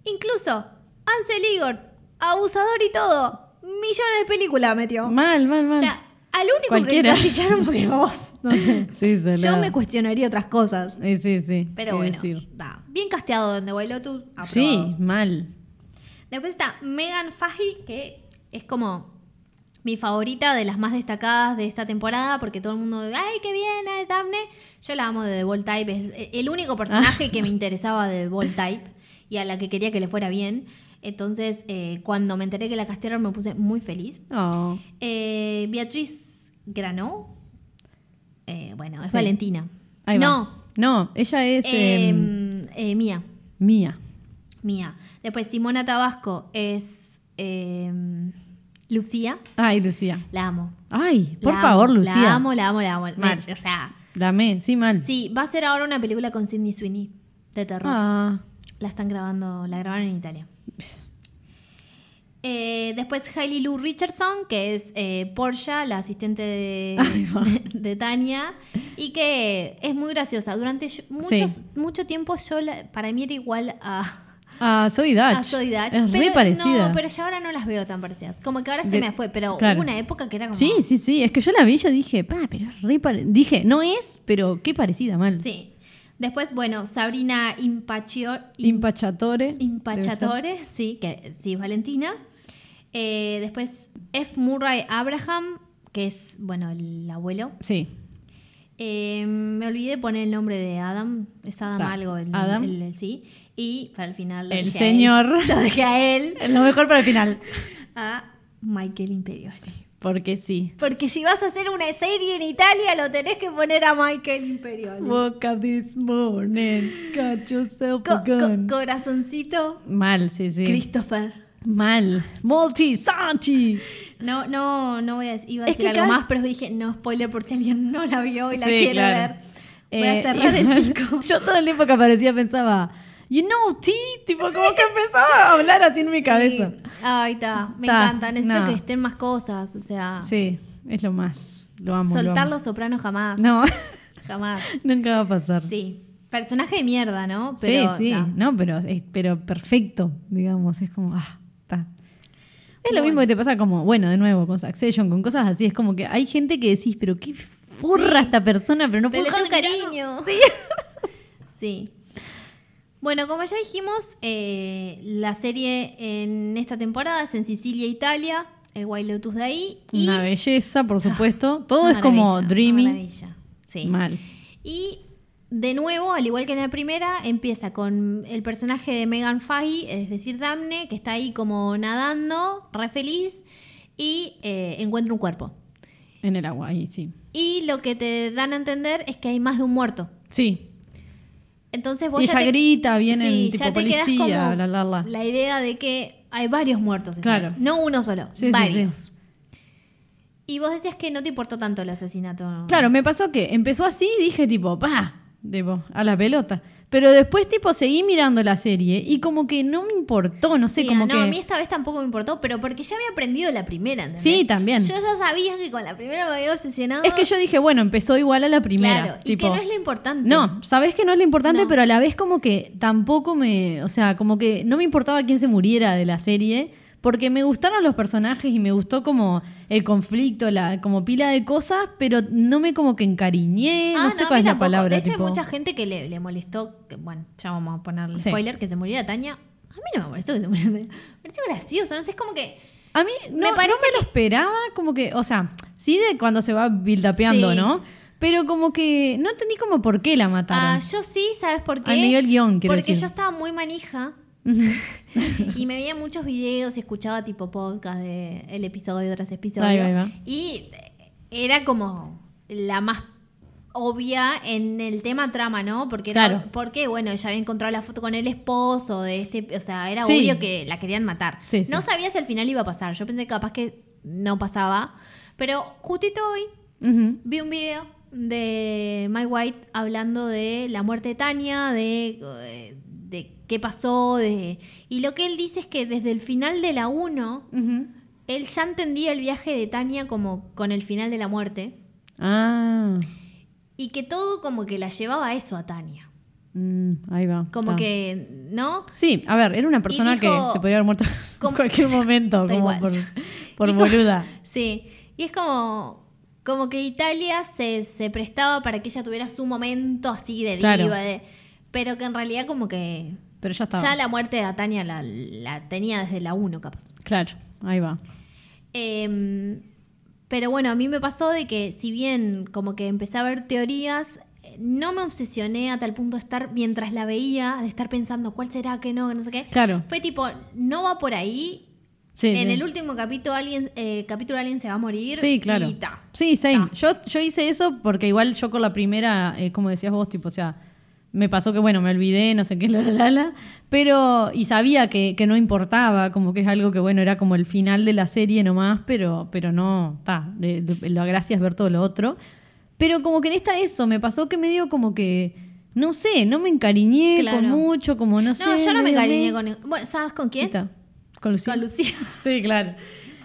S2: Incluso Ansel Igor, abusador y todo, millones de películas metió.
S3: mal, mal, mal. *laughs*
S2: O sea, al único
S3: Mm. Cualquiera.
S2: que encasillaron fue vos. No sé.
S3: Sí,
S2: *laughs* Yo
S3: salado.
S2: me cuestionaría otras cosas.
S3: Eh, sí, sí.
S2: Pero
S3: qué
S2: bueno,
S3: decir.
S2: da. bien casteado donde bailó tú.
S3: Sí, mal.
S2: Después está Megan Fahy, que es como mi favorita de las más destacadas de esta temporada, porque todo el mundo, ay, qué bien, ay, Daphne. Yo la amo de The Bold Type, es e- el único personaje
S3: Ah.
S2: que me interesaba de The Bold Type y a la que quería que le fuera bien. Entonces, eh, cuando me enteré que la castearon, me puse muy feliz.
S3: Oh.
S2: Eh, Beatriz Granó, eh, bueno, es
S3: Sí.
S2: Valentina.
S3: Ahí va.
S2: no,
S3: No, ella es
S2: eh,
S3: em,
S2: eh, Mía.
S3: mía.
S2: Mía. Después Simona Tabasco es eh, Lucía.
S3: Ay, Lucía.
S2: La amo.
S3: Ay, por
S2: La
S3: favor,
S2: amo,
S3: Lucía.
S2: La amo, la amo, la amo. Me-
S3: Mal.
S2: o sea,
S3: La amé, sí, mal.
S2: sí, va a ser ahora una película con Sidney Sweeney de terror.
S3: Ah,
S2: La están grabando, la grabaron en Italia. Eh, después Hailey Lou Richardson, que es eh, Portia, la asistente de,
S3: *laughs* Ahí va.
S2: *laughs* de Tania, y que es muy graciosa. Durante yo- muchos, mucho tiempo yo, la- para mí era igual a,
S3: ah soy Dutch.
S2: Ah, soy Dutch.
S3: Es
S2: pero,
S3: re parecida.
S2: No, pero ya ahora no las veo tan parecidas. Como que ahora se
S3: De-
S2: me fue, pero
S3: claro.
S2: hubo una época que era como.
S3: Sí, sí, sí. Es que yo la vi y yo dije, pa, pero es re pare- Dije, no es, pero qué parecida, mal.
S2: Sí. Después, bueno, Sabrina Impaccio- Im-
S3: Impachatore. debe ser.
S2: Impacciatore, sí, que sí, Valentina. Eh, después, F. Murray Abraham, que es, bueno, el abuelo.
S3: Sí.
S2: Eh, me olvidé poner el nombre de Adam. Es Adam
S3: Ta,
S2: algo, el,
S3: Adam.
S2: el- el- sí. Y para el final. lo
S3: El
S2: dejé a él.
S3: señor.
S2: *laughs* Lo dejé a él,
S3: Lo mejor para el final.
S2: a Michael Imperioli.
S3: Porque sí.
S2: Porque si vas a hacer una serie en Italia, lo tenés que poner a Michael Imperioli.
S3: Woke up this morning, got yourself
S2: Co-
S3: a
S2: co-
S3: gun.
S2: corazoncito,
S3: Mal, sí, sí.
S2: Christopher.
S3: Mal. Multi, Santi.
S2: No, no, no voy a decir, iba a
S3: Es
S2: decir
S3: que
S2: algo
S3: cada-
S2: más, pero dije, no, spoiler por si alguien no la vio y la
S3: Sí,
S2: quiere
S3: claro.
S2: ver. Voy a
S3: Eh, *laughs*
S2: cerrar el pico.
S3: Yo todo el tiempo que aparecía pensaba, you know, T, tipo, como que empezaba a hablar así en mi cabeza.
S2: Ay, está, me
S3: Ta,
S2: encanta, necesito
S3: no.
S2: que estén más cosas, o sea,
S3: Sí, es lo más. Lo amo. lo
S2: soltar
S3: amo.
S2: los sopranos jamás.
S3: No, *laughs*
S2: Jamás.
S3: nunca va a pasar. Sí,
S2: Sí. Personaje de mierda, ¿no?
S3: sí,
S2: ta.
S3: no, pero, eh, pero perfecto, digamos. Es como, ah, está. Es lo
S2: Bueno.
S3: mismo que te pasa como, bueno, de nuevo, con Succession, con cosas así. Es como que hay gente que decís, pero qué furra
S2: Sí.
S3: esta persona, pero no
S2: Pero
S3: puedo
S2: le *laughs*
S3: dejar
S2: tengo
S3: de mirarlo.
S2: cariño. Sí. Bueno, como ya dijimos, eh, la serie en esta temporada es en Sicilia, Italia, el Wild Lotus de ahí. Y Ah,
S3: Una belleza, por supuesto. Todo es como
S2: Maravilla,
S3: dreamy.
S2: maravilla. Sí.
S3: Mal.
S2: Y de nuevo, al igual que en la primera, empieza con el personaje de Megan Fahey, es decir, Damne, que está ahí como nadando, re feliz, y eh, encuentra un cuerpo.
S3: En el agua, ahí sí.
S2: Y lo que te dan a entender es que hay más de un muerto.
S3: Sí.
S2: Entonces vos
S3: Y
S2: ya
S3: ella
S2: te-
S3: grita, vienen
S2: Sí,
S3: tipo
S2: ya te quedás
S3: policía,
S2: como
S3: la la la.
S2: la idea de que hay varios muertos. esta
S3: Claro.
S2: vez, No uno solo,
S3: Sí, sí,
S2: varios.
S3: sí.
S2: Y vos decías que no te importó tanto el asesinato.
S3: Claro, me pasó que empezó así y dije tipo, pa, tipo, a la pelota. Pero después tipo seguí mirando la serie y como que no me importó, no sé,
S2: Sí,
S3: como
S2: no,
S3: que...
S2: a mí esta vez tampoco me importó, pero porque ya había aprendido la primera. ¿entendés?
S3: Sí, también.
S2: Yo ya sabía que con la primera me había obsesionado.
S3: Es que yo dije, bueno, empezó igual a la primera.
S2: Claro, y
S3: tipo,
S2: que no es lo importante.
S3: No, sabes que no es lo importante,
S2: No.
S3: pero a la vez como que tampoco me, o sea, como que no me importaba quién se muriera de la serie, porque me gustaron los personajes y me gustó como el conflicto, la como pila de cosas, pero no me como que encariñé,
S2: Ah,
S3: no sé
S2: a
S3: cuál
S2: mí
S3: es la
S2: tampoco.
S3: palabra.
S2: De hecho,
S3: tipo,
S2: hay mucha gente que le, le molestó, que, bueno, ya vamos a ponerle
S3: Sí.
S2: spoiler, que se muriera Tania. A mí no me molestó que se muriera Tania. Me pareció gracioso, no sé, es como que...
S3: A mí no no me,
S2: Me parece
S3: lo esperaba, como que, o sea, sí de cuando se va buildapeando,
S2: Sí.
S3: ¿no? Pero como que no entendí como por qué la mataron.
S2: Ah, yo sí, ¿sabes por qué?
S3: A nivel guión, quiero
S2: Porque
S3: decir.
S2: yo estaba
S3: *laughs*
S2: muy manija y me veía muchos videos y escuchaba tipo podcast de el episodio tras episodio.
S3: Ahí va, ahí va.
S2: Y era como la más obvia en el tema trama, ¿no? Porque era-
S3: Claro.
S2: porque bueno, ella había encontrado la foto con el esposo de este, o sea, era
S3: Sí.
S2: obvio que la querían matar.
S3: Sí, sí.
S2: No sabía si al final iba a pasar. Yo pensé que capaz que no pasaba, pero justito hoy
S3: Ujú.
S2: Vi un video de Mike White hablando de la muerte de Tania, de, eh, de qué pasó, de, y lo que él dice es que desde el final de la 1,
S3: Ujú.
S2: él ya entendía el viaje de Tania como con el final de la muerte,
S3: Ah,
S2: y que todo como que la llevaba a eso a Tania.
S3: mm, ahí va.
S2: Como
S3: ta.
S2: que, ¿no?
S3: Sí, a ver, era una persona
S2: dijo-
S3: que se podría haber muerto *laughs* en
S2: Como-
S3: cualquier
S2: *laughs*
S3: momento,
S2: Tal
S3: como
S2: cual.
S3: por, por
S2: Y como-
S3: boluda.
S2: *laughs* Sí, y es como, como que Italia se, se prestaba para que ella tuviera su momento así de diva,
S3: Claro.
S2: de- pero que en realidad como que
S3: Pero ya estaba.
S2: Ya la muerte de Tania la, la tenía desde la 1, capaz.
S3: Claro, ahí va.
S2: Eh, pero bueno, a mí me pasó de que, si bien como que empecé a ver teorías, eh, no me obsesioné a tal punto de estar, mientras la veía, de estar pensando cuál será, que no, que no sé qué.
S3: Claro.
S2: Fue tipo, no va por ahí.
S3: Sí,
S2: en
S3: sí.
S2: el último capítulo alguien, eh, capítulo alguien se va a morir.
S3: Sí, claro.
S2: Y ta.
S3: Sí, same.
S2: Ta.
S3: Yo, yo hice eso porque igual yo con la primera, eh, como decías vos, tipo, o sea, me pasó que bueno, me olvidé, no sé qué, *laughs* la, la, la, la, pero, y sabía que, que no importaba, como que es algo que bueno, era como el final de la serie nomás, pero, pero no, está, de- de- la gracia es ver todo lo otro. Pero como que en esta eso, me pasó que medio como que, no sé, no me encariñé
S2: Claro.
S3: con mucho, como no sé.
S2: No, yo no me
S3: medio
S2: encariñé con... ningún- Bueno, ¿sabes con quién?
S3: Está. Con Lucía.
S2: Con Lucía.
S3: *laughs* Sí, claro.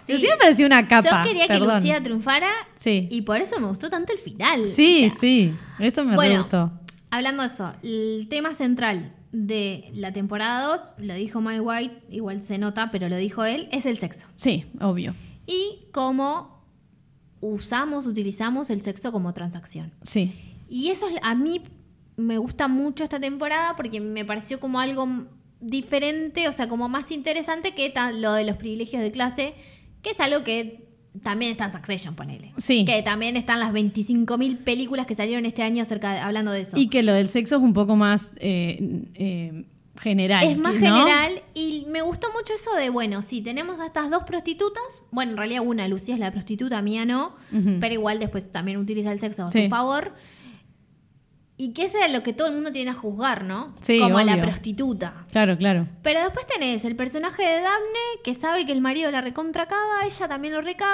S2: Sí.
S3: Lucía me pareció una capa.
S2: Yo quería que
S3: perdón.
S2: Lucía triunfara
S3: Sí.
S2: y por eso me gustó tanto el final.
S3: Sí,
S2: O sea,
S3: sí, eso me re gustó.
S2: Hablando de eso, el tema central de la temporada 2, lo dijo Mike White, igual se nota, pero lo dijo él, es el sexo.
S3: Sí, obvio.
S2: Y cómo usamos, utilizamos el sexo como transacción.
S3: Sí.
S2: Y eso es- a mí me gusta mucho esta temporada porque me pareció como algo m- diferente, o sea, como más interesante que ta- lo de los privilegios de clase, que es algo que también está en Succession, ponele.
S3: Sí.
S2: Que también están las 25.000 películas que salieron este año acerca de- hablando de eso.
S3: Y que lo del sexo es un poco más eh, eh, general.
S2: Es más
S3: ¿no?
S2: general y me gustó mucho eso de, bueno, sí, tenemos a estas dos prostitutas, bueno, en realidad una, Lucía es la prostituta, mía no, pero igual después también utiliza el sexo a
S3: Sí.
S2: su favor. Y que eso es lo que todo el mundo tiene a juzgar, ¿no?
S3: Sí,
S2: Como a la
S3: obvio.
S2: prostituta.
S3: Claro, claro.
S2: Pero después tenés el personaje de Daphne que sabe que el marido la recontra caga, ella también lo recaga,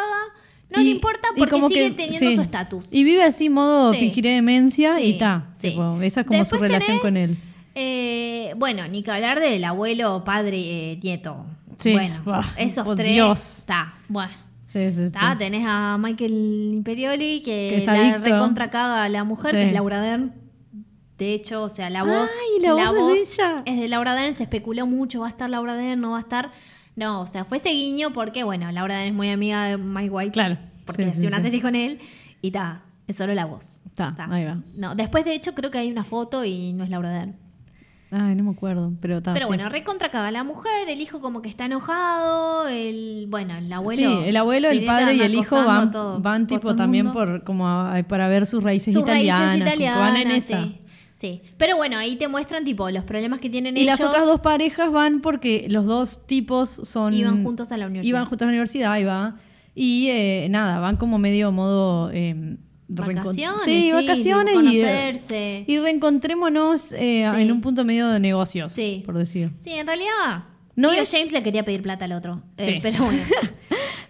S2: no
S3: Y-
S2: le importa
S3: y
S2: porque
S3: como
S2: sigue
S3: que-
S2: teniendo
S3: sí.
S2: su estatus.
S3: Y vive así, modo
S2: Sí.
S3: fingiré demencia
S2: Sí,
S3: y ta.
S2: sí.
S3: Tipo, esa es como su
S2: Después
S3: relación
S2: tenés,
S3: con él.
S2: eh, bueno, ni que hablar del abuelo, padre, eh, nieto.
S3: Sí.
S2: Bueno,
S3: Buah,
S2: esos
S3: por
S2: tres.
S3: Dios.
S2: Está, bueno.
S3: Sí, sí, sí.
S2: Está, Ah, tenés a Michael Imperioli que,
S3: Que es
S2: la
S3: adicto.
S2: recontra caga a la mujer,
S3: Sí.
S2: que es Laura Dern. De hecho, o sea, la voz,
S3: Ay, la voz es de ella.
S2: es de Laura Dern, se especuló mucho, va a estar Laura Dern, no va a estar. No, o sea, fue ese guiño porque, bueno, Laura Dern es muy amiga de Mike White.
S3: Claro.
S2: Porque
S3: Sí, sí,
S2: hace una
S3: sí.
S2: serie con él y ta, es solo la voz.
S3: Ta,
S2: Ta.
S3: ahí va.
S2: No, después de hecho creo que hay una foto y no es Laura Dern.
S3: Ay, no me acuerdo, pero ta,
S2: Pero
S3: Ah, sí.
S2: bueno, recontracaba la mujer, el hijo como que está enojado, el bueno, el abuelo.
S3: Sí, el abuelo, el
S2: te
S3: padre y
S2: están
S3: el hijo
S2: acosando
S3: van,
S2: todo-
S3: van
S2: por
S3: tipo
S2: todo el
S3: también
S2: mundo.
S3: por como a- para ver sus raíces
S2: sus
S3: italianas.
S2: raíces
S3: como que
S2: italianas.
S3: van en esa.
S2: Sí, sí. Pero bueno, ahí te muestran tipo los problemas que tienen
S3: Y
S2: ellos.
S3: las otras dos parejas van porque los dos tipos son.
S2: Iban juntos a la universidad.
S3: Iban juntos a la universidad, ahí va. Y eh, nada, van como medio modo. eh, de reencon-
S2: Vacaciones,
S3: Sí,
S2: sí,
S3: vacaciones y. eh,
S2: de conocerse.
S3: Y reencontrémonos eh,
S2: Sí.
S3: en un punto medio de negocios,
S2: Sí.
S3: por decir.
S2: Sí, en realidad.
S3: No
S2: No
S3: es-
S2: James le quería pedir plata al otro. eh,
S3: Sí.
S2: pero
S3: *laughs*
S2: bueno.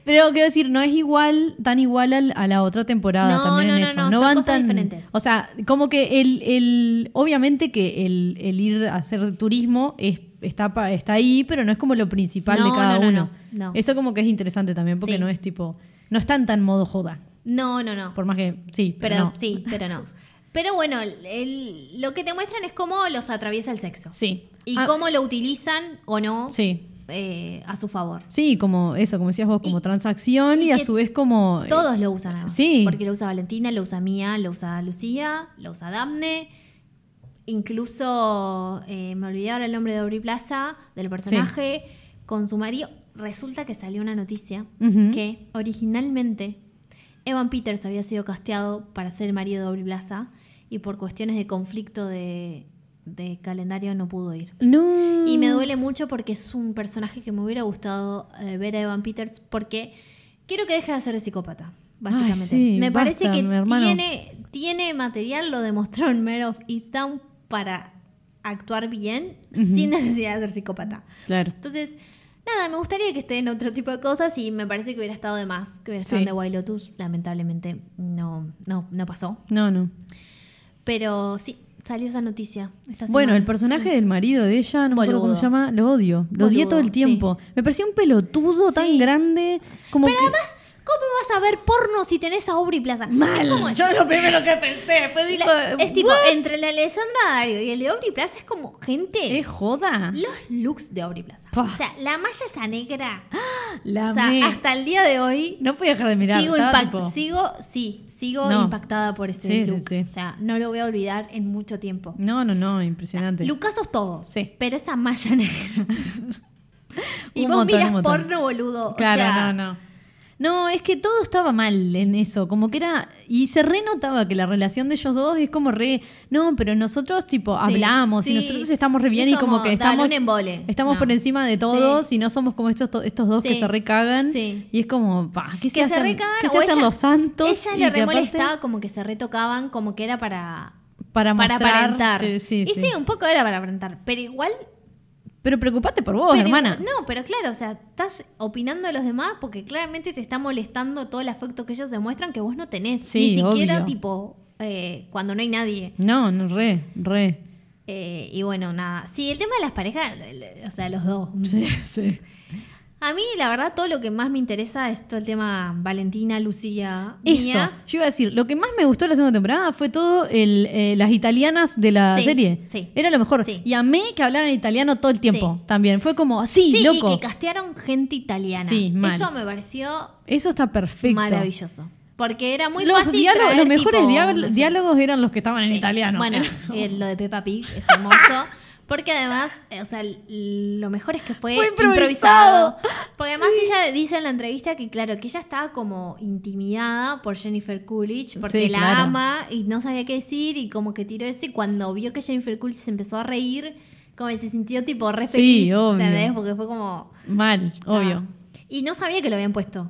S3: Pero quiero decir, no es igual, tan igual al- a la otra temporada
S2: No,
S3: también
S2: no,
S3: en
S2: no,
S3: eso.
S2: no, son
S3: van
S2: cosas
S3: tan-
S2: diferentes.
S3: O sea, como que el, el obviamente que el, el ir a hacer turismo es, está, pa- está ahí, pero no es como lo principal de
S2: No,
S3: cada
S2: no, no,
S3: uno.
S2: no, no.
S3: Eso como que es interesante también, porque
S2: Sí.
S3: no es tipo, no están tan modo joda.
S2: No, no, no.
S3: Por más que, sí, pero,
S2: Pero
S3: no.
S2: sí, pero no. Pero bueno, el- lo que te muestran es cómo los atraviesa el sexo.
S3: Sí.
S2: Y
S3: Ah,
S2: cómo lo utilizan o no
S3: Sí.
S2: eh, a su favor.
S3: Sí, como eso, como decías vos, como
S2: Y-
S3: transacción y,
S2: y
S3: a
S2: que
S3: su vez como... eh,
S2: Todos lo usan además.
S3: Sí.
S2: Porque lo usa Valentina, lo usa Mía, lo usa Lucía, lo usa Damne. Incluso eh, me olvidé ahora el nombre de Aubrey Plaza, del personaje, con su marido. Resulta que salió una noticia
S3: eh, Ujú.
S2: que originalmente Evan Peters había sido casteado para ser el marido de Aubrey Plaza y por cuestiones de conflicto de, de calendario no pudo ir.
S3: No.
S2: Y me duele mucho porque es un personaje que me hubiera gustado eh, ver a Evan Peters porque quiero que deje de ser de psicópata, básicamente.
S3: Ay, sí,
S2: me
S3: basta,
S2: parece que
S3: mi hermano.
S2: tiene, tiene material, lo demostró en Mare of Easttown, para actuar bien sin necesidad de ser psicópata.
S3: Claro.
S2: Entonces, nada, me gustaría que esté en otro tipo de cosas y me parece que hubiera estado de más, que hubiera estado
S3: Sí.
S2: en The Wild Lotus. Lamentablemente no, no, no pasó.
S3: No, no.
S2: Pero sí, salió esa noticia. esta
S3: Bueno,
S2: semana.
S3: el personaje del marido de ella, no me acuerdo cómo
S2: Boludo.
S3: se llama, lo odio. Lo odié
S2: Boludo,
S3: todo el tiempo. Me parecía un pelotudo tan
S2: Sí.
S3: grande. Como
S2: Pero
S3: que-
S2: además, ¿cómo vas a ver porno si tenés a Aubrey Plaza? Es como-
S3: Yo lo primero que pensé, después digo,
S2: la- es tipo,
S3: "What?".
S2: entre el de Alessandra Dario y el de Aubrey Plaza es como gente.
S3: ¿Es joda?
S2: Los looks de Aubrey Plaza.
S3: Pah.
S2: O sea, la malla esa negra.
S3: La
S2: o sea,
S3: amé.
S2: hasta el día de hoy
S3: No podía dejar de mirar.
S2: sigo,
S3: estaba
S2: impact-
S3: tipo-
S2: sigo, sí, sigo
S3: No.
S2: impactada por ese
S3: Sí, sí,
S2: look.
S3: sí.
S2: O sea, no lo voy a olvidar en mucho tiempo.
S3: No, no, no, impresionante.
S2: Lucasos todos,
S3: Sí.
S2: pero esa malla *laughs* negra. y
S3: Un
S2: vos
S3: montón, un
S2: miras
S3: montón.
S2: porno, boludo.
S3: Claro,
S2: o sea,
S3: no, no. No, es que todo estaba mal en eso, como que era, y se renotaba que la relación de ellos dos es como re, no, pero nosotros tipo
S2: Sí,
S3: hablamos y
S2: sí.
S3: nosotros estamos re bien
S2: Es
S3: y como,
S2: como,
S3: que
S2: dale,
S3: estamos,
S2: un embole.
S3: estamos
S2: No.
S3: por encima de todos y no somos como estos, to- estos dos que
S2: Sí,
S3: se recagan
S2: sí.
S3: y es como, pa, ¿qué se
S2: que se,
S3: hacen,
S2: recagan
S3: qué se
S2: o
S3: hacen
S2: ella-
S3: los santos?
S2: Ella
S3: Y
S2: le
S3: que aparte-
S2: remolestaba como que se retocaban, como que era para,
S3: para,
S2: para
S3: mostrar-
S2: aparentar.
S3: Sí, sí,
S2: y sí. un poco era para aparentar, pero igual...
S3: Pero preocupate por vos,
S2: pero igual-
S3: hermana.
S2: no, pero claro, o sea, estás opinando a los demás porque claramente te está molestando todo el afecto que ellos demuestran que vos no tenés.
S3: Sí,
S2: Ni siquiera
S3: obvio.
S2: tipo eh, cuando no hay nadie.
S3: No, no, re, re.
S2: Eh, y bueno, nada. Sí, el tema de las parejas, el- el- o sea, los dos.
S3: Sí, sí.
S2: A mí, la verdad, todo lo que más me interesa es todo el tema Valentina, Lucía,
S3: Eso,
S2: Mía.
S3: yo iba a decir, lo que más me gustó de la segunda temporada fue todo el, eh, las italianas de la
S2: Sí,
S3: serie.
S2: sí.
S3: Era lo mejor.
S2: Sí.
S3: Y amé que hablaran italiano todo el tiempo
S2: Sí.
S3: también. Fue como, sí,
S2: Sí,
S3: loco.
S2: y que castearon gente italiana.
S3: Sí, mal.
S2: Eso me pareció
S3: Eso está perfecto.
S2: maravilloso. Porque era muy
S3: los,
S2: fácil.
S3: diálogos-
S2: traer,
S3: los mejores
S2: tipo,
S3: diálogo-
S2: no sé.
S3: diálogos eran los que estaban en
S2: Sí.
S3: italiano. *laughs*
S2: Bueno,
S3: Era-
S2: eh, lo de Peppa Pig es hermoso. Porque además, eh, o sea, l- lo mejor es que fue,
S3: Fue improvisado.
S2: improvisado. Porque además ella dice en la entrevista que, claro, que ella estaba como intimidada por Jennifer Coolidge, porque
S3: Sí,
S2: la
S3: claro.
S2: ama y no sabía qué decir y como que tiró eso y cuando vio que Jennifer Coolidge se empezó a reír, como que se sintió tipo re
S3: Sí,
S2: feliz,
S3: obvio.
S2: ¿entendés? Porque fue como...
S3: Mal, obvio.
S2: Ah. Y no sabía que lo habían puesto.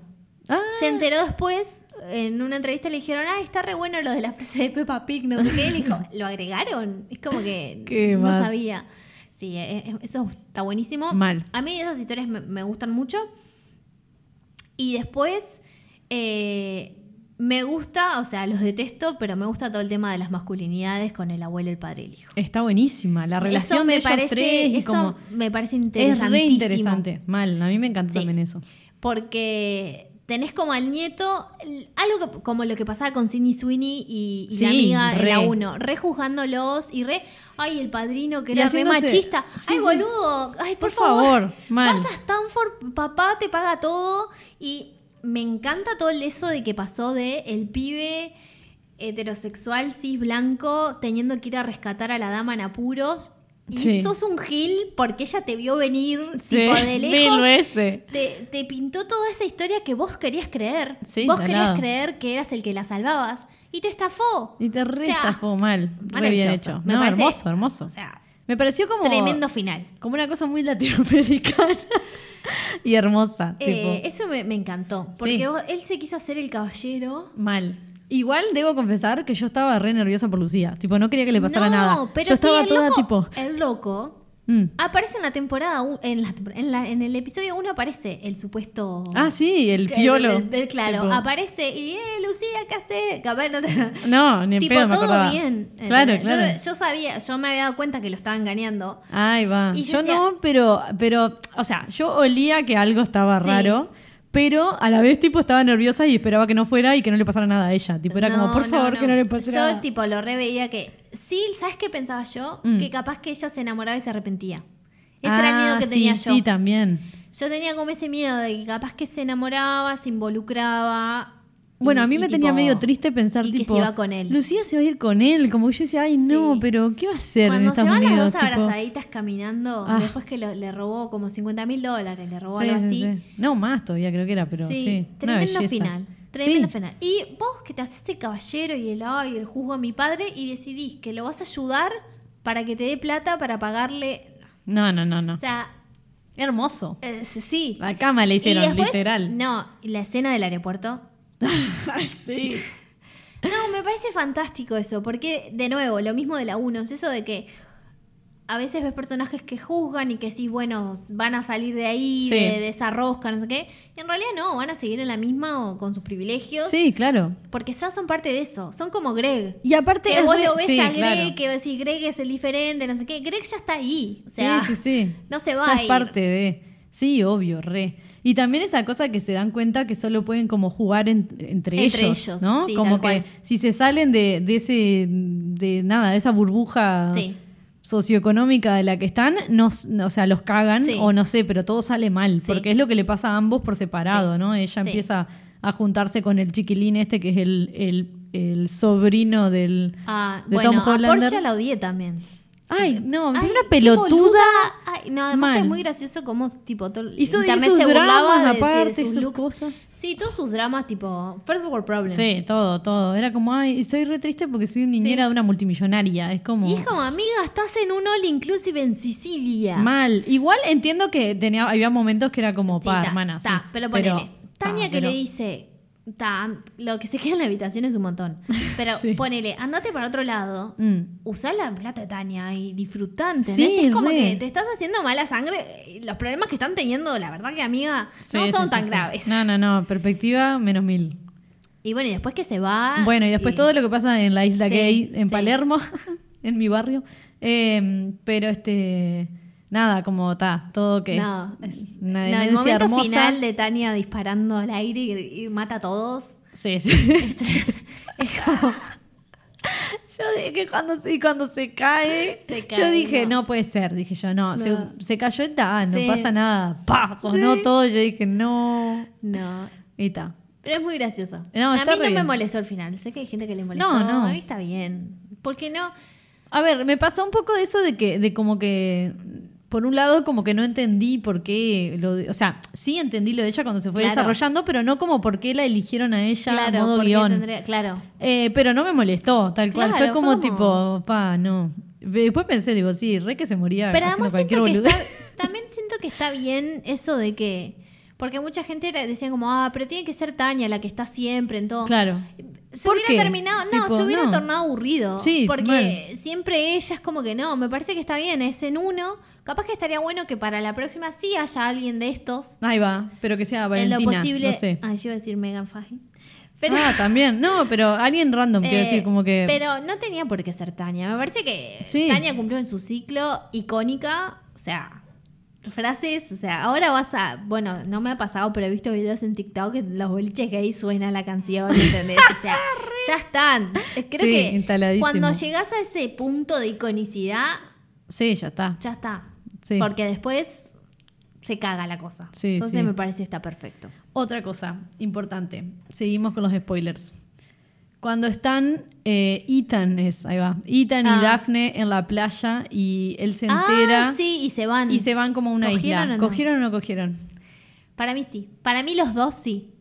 S3: Ah,
S2: Se enteró después, en una entrevista le dijeron, ah, está re bueno lo de la frase de Peppa Pig, no sé qué. Y le dijo, ¿lo agregaron? Es como que
S3: *laughs* ¿Qué
S2: no
S3: más?
S2: sabía. Sí, eh, eh, eso está buenísimo.
S3: Mal.
S2: A mí esas historias me, me gustan mucho. Y después, eh, me gusta, o sea, los detesto, pero me gusta todo el tema de las masculinidades con el abuelo, el padre y el hijo.
S3: está buenísima. La relación
S2: eso me
S3: de ellos
S2: parece,
S3: tres y
S2: eso
S3: como.
S2: me parece
S3: Es
S2: interesantísimo.
S3: re interesante. Mal, a mí me encanta
S2: Sí.
S3: también eso.
S2: Porque tenés como al nieto, l- algo que- como lo que pasaba con Sidney Sweeney y, y la
S3: Sí,
S2: amiga en
S3: re.
S2: la 1, rejuzgándolos y re, ay, el padrino que
S3: Y
S2: era re
S3: haciéndose-
S2: machista,
S3: sí,
S2: ay,
S3: sí.
S2: boludo, ay,
S3: Por
S2: por,
S3: favor, mal.
S2: Vas a Stanford, papá te paga todo y me encanta todo el- eso de que pasó de el pibe heterosexual, cis, blanco, teniendo que ir a rescatar a la dama en apuros Y
S3: Sí.
S2: sos un gil porque ella te vio venir
S3: Sí,
S2: tipo, de lejos.
S3: mil veces.
S2: Te, te pintó toda esa historia que vos querías creer.
S3: Sí,
S2: vos
S3: salado.
S2: querías creer que eras el que la salvabas. Y te estafó.
S3: Y te
S2: O
S3: re
S2: sea,
S3: estafó mal. Re bien
S2: maravilloso.
S3: hecho.
S2: Me
S3: No,
S2: parece-
S3: hermoso, hermoso.
S2: O sea,
S3: me pareció como.
S2: tremendo final.
S3: Como una cosa muy latinoamericana y hermosa.
S2: Eh,
S3: tipo,
S2: eso me, me encantó. Porque
S3: Sí.
S2: vos- él se quiso hacer el caballero.
S3: Mal. Igual debo confesar que yo estaba re nerviosa por Lucía. Tipo, no quería que le pasara
S2: no,
S3: nada.
S2: pero
S3: yo estaba
S2: sí, el
S3: toda
S2: loco,
S3: tipo.
S2: El loco
S3: mm.
S2: aparece en la temporada. u- En, la tempor- en la- en el episodio 1 aparece el supuesto.
S3: Ah, sí, el
S2: que-
S3: piolo.
S2: el- el- claro,
S3: Tipo,
S2: aparece y, eh, Lucía, ¿qué hace? Capaz no te-
S3: *laughs* No, ni en
S2: tipo,
S3: pedo me
S2: todo
S3: acordaba.
S2: bien.
S3: Claro,
S2: ¿entendés?
S3: claro.
S2: Entonces, yo sabía, yo me había dado cuenta que lo estaba engañando.
S3: Ahí va.
S2: Y
S3: yo
S2: yo decía-
S3: no, pero, pero, o sea, yo olía que algo estaba
S2: Sí.
S3: raro, pero a la vez tipo estaba nerviosa y esperaba que no fuera y que no le pasara nada a ella. Tipo, era como,
S2: No,
S3: por
S2: no,
S3: favor,
S2: no.
S3: que no le pase
S2: Yo,
S3: nada. Mm.
S2: tipo, lo reveía que. Sí, ¿sabes qué pensaba yo? Que capaz que ella se enamoraba y se arrepentía. Ese era el
S3: Ah,
S2: miedo que
S3: sí,
S2: tenía yo.
S3: Sí, también.
S2: Yo tenía como ese miedo de que capaz que se enamoraba, se involucraba.
S3: Bueno,
S2: y-
S3: a mí
S2: y
S3: me
S2: tipo-
S3: tenía medio triste pensar,
S2: y
S3: tipo.
S2: que se iba con él.
S3: Lucía se va a ir con él. Como que yo decía, ay, no,
S2: Sí.
S3: pero ¿qué va a hacer en
S2: Cuando se
S3: Estados
S2: van las
S3: Unidos?
S2: dos
S3: Tipo,
S2: abrazaditas caminando,
S3: Ah.
S2: después que lo- le robó como 50 mil dólares, le robó
S3: sí,
S2: algo
S3: sí,
S2: así.
S3: sí. No, más todavía creo que era, pero sí. una
S2: tremendo
S3: belleza.
S2: final. Tremendo
S3: Sí.
S2: final. Y vos que te haces este caballero y el ay, el juzgo a mi padre y decidís que lo vas a ayudar para que te dé plata para pagarle.
S3: No, no, no, no.
S2: O sea, *laughs*
S3: Hermoso.
S2: eh, sí.
S3: La cama le hicieron,
S2: Y después,
S3: literal.
S2: No, la escena del aeropuerto.
S3: sí.
S2: No, me parece fantástico eso, porque de nuevo, lo mismo de la 1, es eso de que a veces ves personajes que juzgan y que sí, bueno, van a salir de ahí,
S3: Sí.
S2: de, de esa rosca, no sé qué, y en realidad no, van a seguir en la misma o con sus privilegios,
S3: Sí, claro.
S2: porque ya son parte de eso, son como Greg.
S3: Y aparte
S2: Que
S3: es
S2: vos
S3: re-
S2: lo ves
S3: sí,
S2: a Greg,
S3: claro.
S2: que decís, Greg es el diferente, no sé qué, Greg ya está ahí, o sea,
S3: sí, sí, sí.
S2: *laughs* no se va
S3: Ya
S2: a
S3: es
S2: ir.
S3: parte de. Sí, obvio, re. Y también esa cosa que se dan cuenta que solo pueden como jugar en- entre,
S2: Entre
S3: ellos,
S2: ellos,
S3: ¿no?
S2: sí,
S3: como
S2: tal
S3: que
S2: cual.
S3: si se salen de, de ese de nada, de esa burbuja
S2: Sí.
S3: socioeconómica de la que están, nos, o sea, los cagan
S2: Sí.
S3: o no sé, pero todo sale mal,
S2: Sí.
S3: porque es lo que le pasa a ambos por separado, ¿no? Ella
S2: Sí.
S3: empieza a juntarse con el chiquilín este que es el, el- el sobrino del
S2: Ah,
S3: de
S2: bueno,
S3: Tom
S2: a
S3: Hollander.
S2: Portia la odié también.
S3: Ay, no, es
S2: Ay,
S3: una
S2: qué boluda.
S3: pelotuda.
S2: Ay, no, además
S3: Mal.
S2: es muy gracioso como tipo todo el
S3: Hizo-
S2: internet
S3: hizo
S2: se burlaba
S3: dramas
S2: de, de
S3: aparte,
S2: sus
S3: hizo
S2: looks.
S3: cosas.
S2: Sí, todos sus dramas tipo First World Problems.
S3: Sí, todo, todo. Era como, ay, soy re triste porque soy niñera
S2: Sí.
S3: de una multimillonaria. Es como,
S2: Y es como, amiga, estás en un all inclusive en Sicilia.
S3: mal. Igual entiendo que tenía, había momentos que era como,
S2: Sí,
S3: pa,
S2: ta,
S3: hermana,
S2: ta,
S3: sí.
S2: pero ponele.
S3: ta,
S2: Tania que
S3: pero-
S2: le dice, ta, lo que se queda en la habitación es un
S3: *laughs*
S2: montón. Pero
S3: Sí.
S2: ponele, andate para otro lado.
S3: Mm.
S2: Usá la plata de Tania y disfrutá, ¿entendés?
S3: Sí,
S2: es como
S3: re.
S2: que te estás haciendo mala sangre. y Los problemas que están teniendo, la verdad que amiga, no
S3: Sí,
S2: son
S3: sí,
S2: tan
S3: sí, sí.
S2: graves.
S3: No, no, no. Perspectiva, menos mil.
S2: Y bueno, y después que se va.
S3: Bueno, y después todo lo que pasa en la isla
S2: Ah, Sí,
S3: gay, en
S2: sí.
S3: Palermo, *laughs* en mi barrio. Eh, pero este. Nada, como está, todo que
S2: No,
S3: es,
S2: es-
S3: una
S2: no, el
S3: demencia
S2: momento
S3: hermosa.
S2: final de Tania disparando al aire y, y mata
S3: *laughs*
S2: a todos.
S3: Sí, sí.
S2: Es, *laughs* es como.
S3: Yo dije, cuando se, cuando se cae,
S2: Se
S3: yo
S2: cae,
S3: dije, no.
S2: no.
S3: puede ser, dije yo, no, Se,
S2: No.
S3: se cayó y ta, no
S2: Sí.
S3: pasa nada, pa, sonó todo, yo dije, no,
S2: No.
S3: y ta.
S2: Pero es muy gracioso.
S3: No,
S2: a mí
S3: está re
S2: no me
S3: bien.
S2: molestó el final. Sé que hay gente que le molestó.
S3: No, no.
S2: A mí está bien. Porque no.
S3: A ver, me pasó un poco eso de que, de como que, por un lado, como que no entendí por qué, lo de- o sea, sí entendí lo de ella cuando se fue
S2: Claro.
S3: desarrollando, pero no como por qué la eligieron a ella
S2: claro,
S3: a modo
S2: porque
S3: guión.
S2: tendría- claro.
S3: Eh, pero no me molestó, tal cual.
S2: Claro,
S3: fue como
S2: fue como-
S3: tipo, pa, no. Después pensé, digo, sí, re que se moría
S2: Pero
S3: haciendo
S2: además
S3: cualquier
S2: siento que
S3: boludez.
S2: está- *laughs* también siento que está bien eso de que. Porque mucha gente era- decía como, ah, pero tiene que ser Tania la que está siempre en
S3: *laughs*
S2: todo.
S3: Claro.
S2: Se
S3: ¿Por
S2: hubiera
S3: qué?
S2: terminado, no,
S3: Tipo,
S2: se hubiera
S3: no.
S2: tornado aburrido.
S3: Sí,
S2: porque
S3: mal.
S2: siempre ella es como que no, me parece que está bien, es en uno. Capaz que estaría bueno que para la próxima sí haya alguien de estos.
S3: Ahí va, pero que sea Valentina.
S2: en lo posible.
S3: No sé.
S2: Ah, yo iba a decir Megan Fahey. Pero,
S3: ah, también. No, pero alguien random, quiero
S2: eh,
S3: decir, como que.
S2: Pero no tenía por qué ser Tania. Me parece que
S3: Sí.
S2: Tania cumplió en su ciclo icónica. O sea, frases. O sea, ahora vas a. Bueno, no me ha pasado, pero he visto videos en TikTok que los boliches ahí suena la canción, ¿entendés?
S3: *laughs*
S2: O sea, *laughs* ya están. Creo
S3: Sí,
S2: que
S3: instaladísimo.
S2: cuando llegas a ese punto de iconicidad,
S3: Sí, ya está.
S2: ya está.
S3: Sí.
S2: Porque después se caga la cosa.
S3: Sí,
S2: Entonces
S3: sí.
S2: me parece que está perfecto.
S3: Otra cosa importante. Seguimos con los spoilers. Cuando están eh, Ethan es, ahí va. Ethan
S2: Ah.
S3: y Daphne en la playa y él se entera
S2: Ah, sí, y se van.
S3: y se van como a una
S2: ¿Cogieron
S3: isla.
S2: o no?
S3: ¿Cogieron o no cogieron?
S2: Para mí sí. Para mí los dos sí.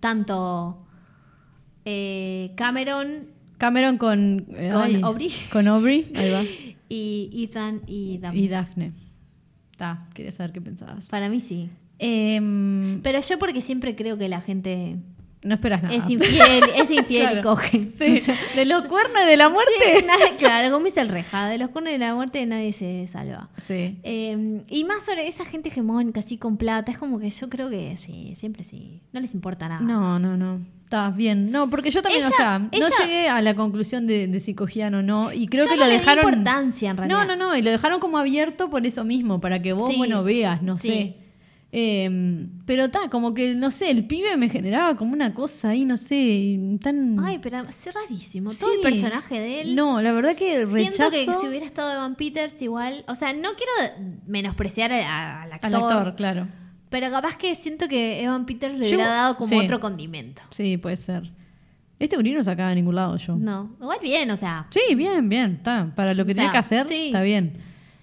S2: Tanto eh, Cameron
S3: Cameron con... eh,
S2: Con Aubrey.
S3: Con Aubrey, ahí
S2: *laughs*
S3: va.
S2: y Ethan y Daphne.
S3: Y Daphne. Ta, quería saber qué pensabas.
S2: Para mí sí.
S3: Em,
S2: Pero yo porque siempre creo que la gente
S3: no esperas nada.
S2: es infiel,
S3: *laughs*
S2: es infiel y
S3: Claro.
S2: coge.
S3: Sí,
S2: O sea,
S3: de los cuernos de la
S2: sí,
S3: muerte.
S2: *laughs* nada- claro, como dice el rejado, de los cuernos de la muerte nadie se salva.
S3: Sí.
S2: Eh, y más sobre esa gente hegemónica, así con plata, es como que yo creo que sí, siempre sí. No les importa nada.
S3: No, no, no. Está bien. No, porque yo también,
S2: Ella-
S3: o sea,
S2: ella-
S3: no llegué a la conclusión de, de si cogían o no. Y creo
S2: Yo
S3: que
S2: no
S3: lo
S2: le di
S3: dejaron.
S2: importancia, en realidad.
S3: No, no, no. Y lo dejaron como abierto por eso mismo, para que vos,
S2: Sí,
S3: bueno, veas, no
S2: sí.
S3: sé. Eh, pero ta, como que, no sé, el pibe me generaba como una cosa ahí, no sé, tan.
S2: Ay, pero es rarísimo. Todo el
S3: Sí.
S2: personaje de él.
S3: No, la verdad que rechazo.
S2: Siento que si hubiera estado Evan Peters igual, o sea, no quiero menospreciar a- al actor,
S3: Al actor, claro.
S2: pero capaz que siento que Evan Peters le
S3: Yo-
S2: hubiera dado como
S3: sí.
S2: otro condimento.
S3: Sí, puede ser. Este Uri no sacaba a ningún lado yo.
S2: No, igual bien, o sea,
S3: Sí, bien, bien, está. Para lo que
S2: O
S3: tenía
S2: sea,
S3: que hacer,
S2: sí.
S3: está bien.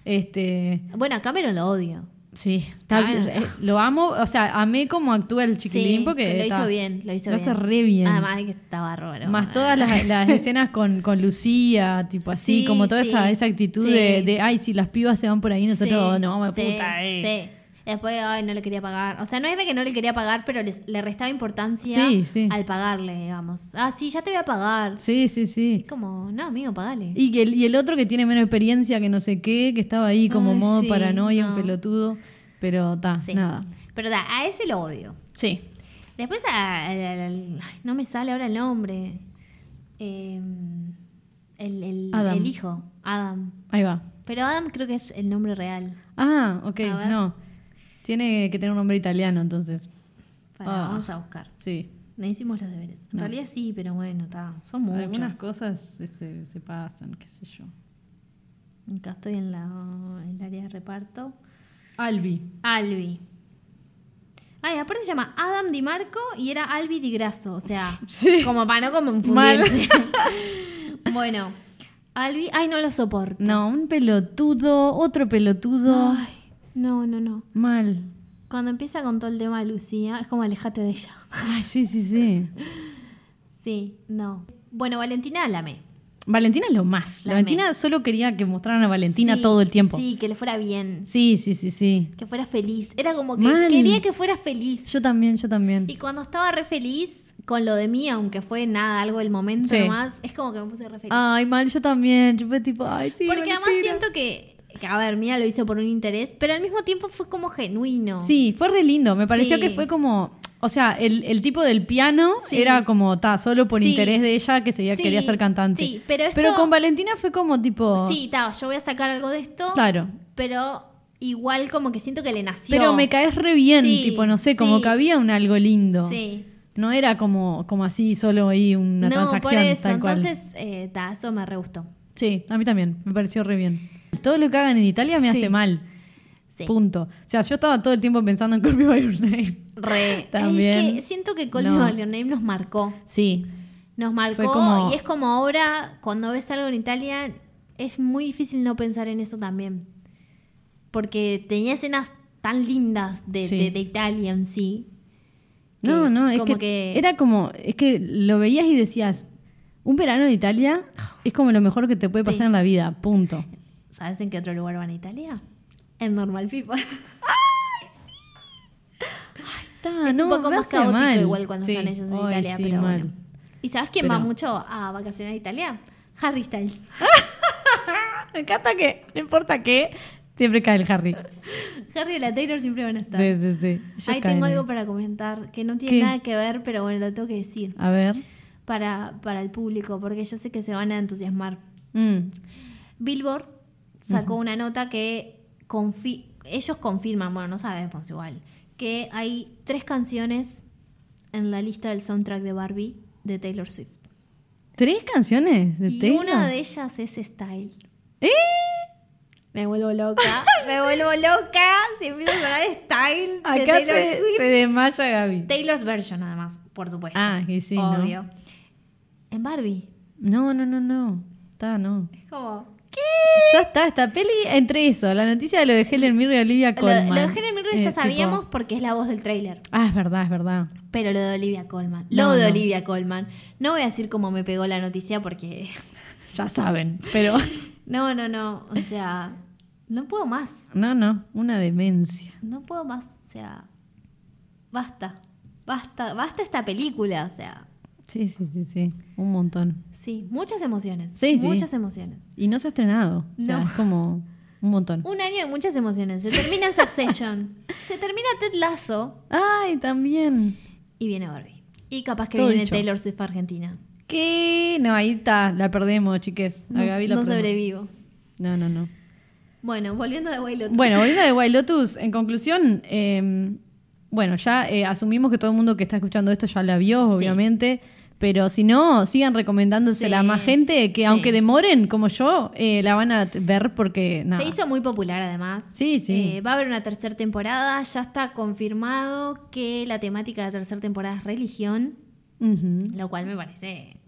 S3: Este,
S2: bueno, a Cameron lo odio.
S3: sí, está
S2: Ah.
S3: bien. Eh, Lo amo, o sea, amé como actúa el chiquilín
S2: Sí,
S3: porque
S2: lo hizo
S3: está-
S2: bien, lo hizo bien.
S3: hace re bien.
S2: Además de que estaba bárbaro.
S3: Más todas las,
S2: *laughs*
S3: las escenas con, con Lucía, tipo así,
S2: Sí,
S3: como toda
S2: sí.
S3: esa, esa actitud
S2: Sí.
S3: de, de, ay, si las pibas se van por ahí, nosotros
S2: Sí,
S3: no, me
S2: sí,
S3: puta. eh".
S2: Sí. Después, ay, no le quería pagar. O sea, no es de que no le quería pagar, pero les- le, restaba importancia
S3: Sí, sí.
S2: al pagarle, digamos. Ah, sí, ya te voy a pagar.
S3: Sí, sí, sí.
S2: Es como, no, amigo, pagale.
S3: Y, que el, y el otro que tiene menos experiencia que no sé qué, que estaba ahí como
S2: Ay,
S3: modo
S2: sí,
S3: paranoia,
S2: no.
S3: un pelotudo. Pero está,
S2: Sí.
S3: nada.
S2: Pero da, a ese lo odio.
S3: Sí.
S2: Después a- al- al- al- ay, no me sale ahora el nombre. Eh, el, el-
S3: Adam.
S2: el hijo, Adam.
S3: Ahí va.
S2: Pero Adam creo que es el nombre real.
S3: Ah, ok,
S2: A ver.
S3: no. Tiene que tener un nombre italiano entonces.
S2: Pará,
S3: Ah.
S2: Vamos a buscar.
S3: Sí.
S2: No hicimos los deberes. En
S3: No.
S2: realidad sí, pero bueno, está. Son
S3: Algunas
S2: muchos.
S3: cosas se, se- se pasan, qué sé yo.
S2: Acá estoy en la en el área de reparto.
S3: Albi.
S2: Albi. Ay, aparte se llama Adam Di Marco y era Albi Di Grasso.
S3: *laughs*
S2: O sea,
S3: Sí.
S2: como para no confundirse. *laughs* bueno, Albi. Ay, no lo soporto.
S3: No, un pelotudo, otro pelotudo.
S2: Ay, no, no, no.
S3: Mal.
S2: Cuando empieza con todo el tema de Lucía, es como alejate de ella.
S3: Ay, sí, sí, sí.
S2: Sí, no. Bueno, Valentina Álame.
S3: Valentina es lo más.
S2: La
S3: Valentina solo quería que mostraran a Valentina
S2: Sí,
S3: todo el tiempo.
S2: Sí, que le fuera bien.
S3: sí, sí, sí. sí.
S2: Que fuera feliz. Era como que
S3: Mal.
S2: quería que fuera feliz.
S3: Yo también, yo también.
S2: Y cuando estaba re feliz con lo de mí, aunque fue nada, algo del momento
S3: Sí.
S2: nomás, es como que me puse re feliz.
S3: Ay, mal, yo también. Yo fue tipo, ay, sí.
S2: Porque además
S3: Valentina.
S2: siento que, que, a ver, Mía lo hizo por un interés, pero al mismo tiempo fue como genuino.
S3: Sí, fue re lindo. Me pareció
S2: Sí.
S3: que fue como. O sea, el, el tipo del piano
S2: Sí.
S3: era como, ta, solo por
S2: Sí.
S3: interés de ella que seguía,
S2: Sí,
S3: quería ser cantante.
S2: sí, pero esto-
S3: con Valentina fue como tipo.
S2: Sí, ta, yo voy a sacar algo de esto.
S3: Claro.
S2: Pero igual como que siento que le nació.
S3: Pero me caes re bien,
S2: Sí,
S3: tipo, no sé, como
S2: sí.
S3: que había un algo lindo.
S2: Sí.
S3: No era como, como así, solo ahí una
S2: no,
S3: transacción.
S2: por eso.
S3: tal cual.
S2: Entonces, eh, ta, eso me re gustó.
S3: Sí, a mí también, me pareció re bien. Todo lo que hagan en Italia me
S2: Sí.
S3: hace mal.
S2: Sí.
S3: Punto. O sea, yo estaba todo el tiempo pensando en Call Me By Your Name. *laughs*
S2: Re.
S3: También.
S2: Es que siento que Call Me
S3: No.
S2: By Your Name nos marcó.
S3: Sí,
S2: Nos marcó
S3: Fue como-
S2: y es como ahora cuando ves algo en Italia es muy difícil no pensar en eso también. Porque tenía escenas tan lindas de,
S3: Sí.
S2: de- de Italia en sí. que
S3: No, no, es
S2: como
S3: que, era como, es que lo veías y decías, un verano de Italia es como lo mejor que te puede pasar
S2: Sí.
S3: en la vida, punto.
S2: ¿Sabes en qué otro lugar van a Italia? En Normal People.
S3: Está,
S2: es
S3: no,
S2: un poco
S3: me
S2: más
S3: hace
S2: caótico
S3: mal.
S2: igual cuando
S3: Sí.
S2: son ellos en
S3: Ay,
S2: Italia,
S3: sí,
S2: pero
S3: mal.
S2: bueno. ¿Y sabes quién va
S3: Pero-
S2: mucho a vacaciones a Italia? Harry Styles. *laughs*
S3: Me encanta que, no importa qué, siempre cae el Harry.
S2: Harry y la Taylor siempre van a estar.
S3: Sí, sí, sí. Ellos
S2: Ahí
S3: caen
S2: tengo
S3: ahí.
S2: algo para comentar que no tiene
S3: ¿Qué?
S2: nada que ver, pero bueno, lo tengo que decir.
S3: A ver.
S2: para, para el público, porque yo sé que se van a entusiasmar.
S3: Mm,
S2: Billboard sacó una nota que confi- ellos confirman, bueno, no sabemos igual, que hay tres canciones en la lista del soundtrack de Barbie de Taylor Swift.
S3: ¿Tres canciones de
S2: y
S3: Taylor?
S2: una de ellas es Style.
S3: ¡Eh!
S2: Me vuelvo loca, me vuelvo loca, si empiezo a sonar Style de
S3: Acá
S2: Taylor
S3: se,
S2: Swift.
S3: se desmaya Gaby.
S2: Taylor's version, además, por supuesto.
S3: Ah, y sí, ¿no?
S2: Obvio. En Barbie.
S3: No, no, no, no. Está, no.
S2: Es como.
S3: Ya está, esta peli entre eso, la noticia de lo de Helen Mirren y Olivia
S2: Lo,
S3: Colman.
S2: lo de Helen Mirren
S3: Eh,
S2: ya
S3: tipo-
S2: sabíamos porque es la voz del tráiler.
S3: Ah, es verdad, es verdad.
S2: Pero lo de Olivia Colman.
S3: No,
S2: lo de
S3: no.
S2: Olivia Colman. No voy a decir cómo me pegó la noticia porque. *laughs*
S3: Ya saben, pero
S2: No, no, no. O sea, no puedo más.
S3: *laughs* no, no, una demencia.
S2: No puedo más. O sea, basta. Basta, basta esta película. O sea,
S3: Sí, sí, sí, sí, un montón.
S2: sí, muchas emociones.
S3: Sí, sí.
S2: Muchas emociones.
S3: Y no se ha estrenado, o sea,
S2: No.
S3: es como un montón.
S2: Un año de muchas emociones. Se termina Succession.
S3: *laughs*
S2: se termina Ted Lasso
S3: Ay, también.
S2: y viene Barbie. Y capaz que
S3: Todo
S2: viene
S3: dicho.
S2: Taylor Swift a Argentina.
S3: ¿Qué? No, ahí está, la perdemos, chiques. A
S2: No,
S3: Gaby la
S2: no
S3: perdemos.
S2: sobrevivo.
S3: No, no, no.
S2: Bueno, volviendo de Wailot. *laughs*
S3: Bueno, volviendo de Wild Lotus, en conclusión, eh, bueno, ya eh, asumimos que todo el mundo que está escuchando esto ya la vio,
S2: Sí.
S3: obviamente. Pero si no, sigan recomendándosela a
S2: Sí,
S3: más gente que
S2: sí.
S3: aunque demoren, como yo, eh, la van a t- ver porque nada.
S2: Se hizo muy popular además.
S3: Sí, sí.
S2: Eh, va a haber una tercera temporada. Ya está confirmado que la temática de la tercera temporada es religión,
S3: Ujú.
S2: lo cual me parece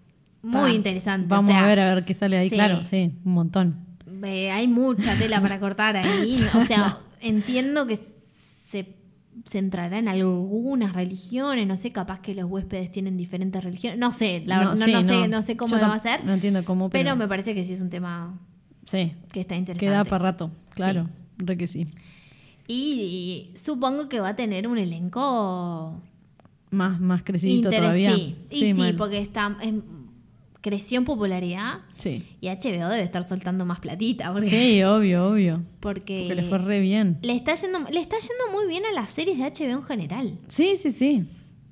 S3: Pa.
S2: muy interesante.
S3: Vamos
S2: O sea,
S3: a ver a ver qué sale de ahí,
S2: sí.
S3: claro, sí, un montón.
S2: eh, hay mucha tela para cortar ahí. O sea, entiendo que se centrará en algunas religiones. No sé, capaz que los huéspedes tienen diferentes religiones. No sé, la verdad, no,
S3: sí,
S2: no sé, no sé cómo
S3: Yo
S2: lo va a
S3: tam-
S2: ser.
S3: No entiendo cómo,
S2: pero
S3: pero,
S2: me parece que sí es un tema
S3: sí,
S2: que está interesante.
S3: queda para rato, claro, re que sí.
S2: Y, y supongo que va a tener un elenco
S3: Más, más crecidito
S2: interes-
S3: todavía.
S2: Sí, y sí,
S3: mal.
S2: porque está, em, creció en popularidad
S3: Sí.
S2: y HBO debe estar soltando más platita. Porque,
S3: Sí, obvio, obvio.
S2: porque,
S3: Porque le fue re bien.
S2: le está yendo, le está yendo muy bien a las series de HBO en general.
S3: Sí, sí, sí.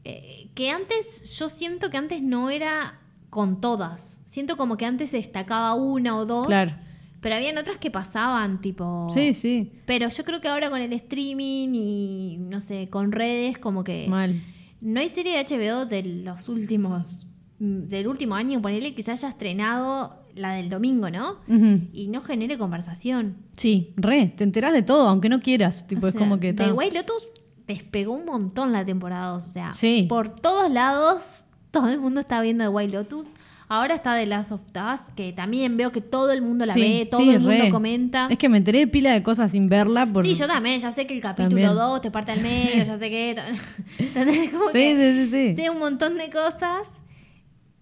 S2: Eh, que antes, yo siento que antes no era con todas. Siento como que antes destacaba una o dos.
S3: Claro.
S2: Pero habían otras que pasaban, tipo.
S3: Sí, sí.
S2: Pero yo creo que ahora con el streaming y no sé, con redes, como que.
S3: Mal.
S2: No hay serie de HBO de los últimos. mm, del último año, ponele que se haya estrenado la del domingo, ¿no?
S3: Ujú.
S2: Y no genere conversación.
S3: Sí, re, te enterás de todo, aunque no quieras. Tipo,
S2: O
S3: es
S2: sea,
S3: como que
S2: The
S3: ta-
S2: White Lotus despegó un montón la temporada 2. O sea,
S3: Sí.
S2: por todos lados, todo el mundo está viendo The White Lotus. Ahora está The Last of Us, que también veo que todo el mundo la
S3: Sí,
S2: ve, todo
S3: sí,
S2: el mundo
S3: re.
S2: comenta.
S3: Es que me enteré de pila de cosas sin verla. Por...
S2: Sí, yo también, ya sé que el capítulo
S3: También.
S2: 2
S3: *laughs*
S2: te parte al medio, ya sé que... *laughs* ¿Entendés? Como
S3: Sí,
S2: que
S3: sí, sí, sí.
S2: Sé un montón de cosas,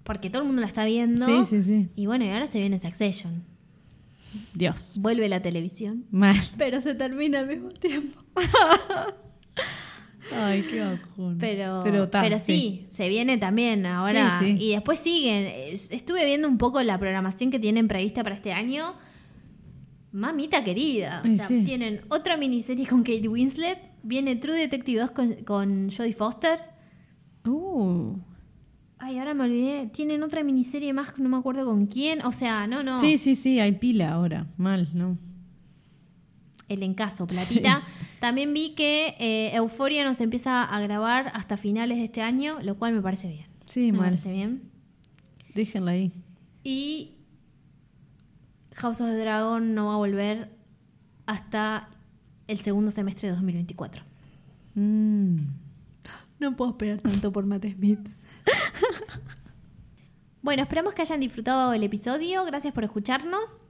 S2: porque todo el mundo la está viendo.
S3: Sí, sí, sí.
S2: Y bueno, y ahora se viene Succession.
S3: Dios.
S2: Vuelve la televisión.
S3: Mal.
S2: Pero se termina al mismo tiempo.
S3: Ay, qué bajón.
S2: Pero, pero,
S3: Pero ta,
S2: sí, se viene también ahora.
S3: Sí, sí.
S2: Y después siguen. Es- Estuve viendo un poco la programación que tienen prevista para este año. Mamita querida. O
S3: Ay,
S2: sea,
S3: sí.
S2: tienen otra miniserie con Kate Winslet. Viene True Detective 2 con, con Jodie Foster.
S3: Uh.
S2: Ay, ahora me olvidé. Tienen otra miniserie más, no me acuerdo con quién. O sea, no, no.
S3: Sí, sí, sí, hay pila ahora. Mal, ¿no?
S2: El encaso, platita. También vi que eh, Euforia nos empieza a grabar hasta finales de este año, lo cual me parece bien.
S3: Sí,
S2: me
S3: mal.
S2: parece bien.
S3: Déjenla ahí.
S2: Y House of the Dragon no va a volver hasta el segundo semestre de 2024.
S3: Mm.
S2: No puedo esperar tanto por Matt Smith. bueno, esperamos que hayan disfrutado el episodio. Gracias por escucharnos.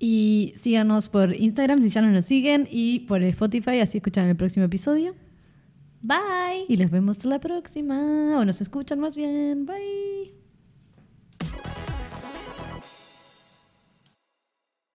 S3: Y síganos por Instagram si ya no nos siguen y por Spotify, así escuchan el próximo episodio.
S2: Bye.
S3: Y los vemos la próxima, o nos escuchan más bien. Bye.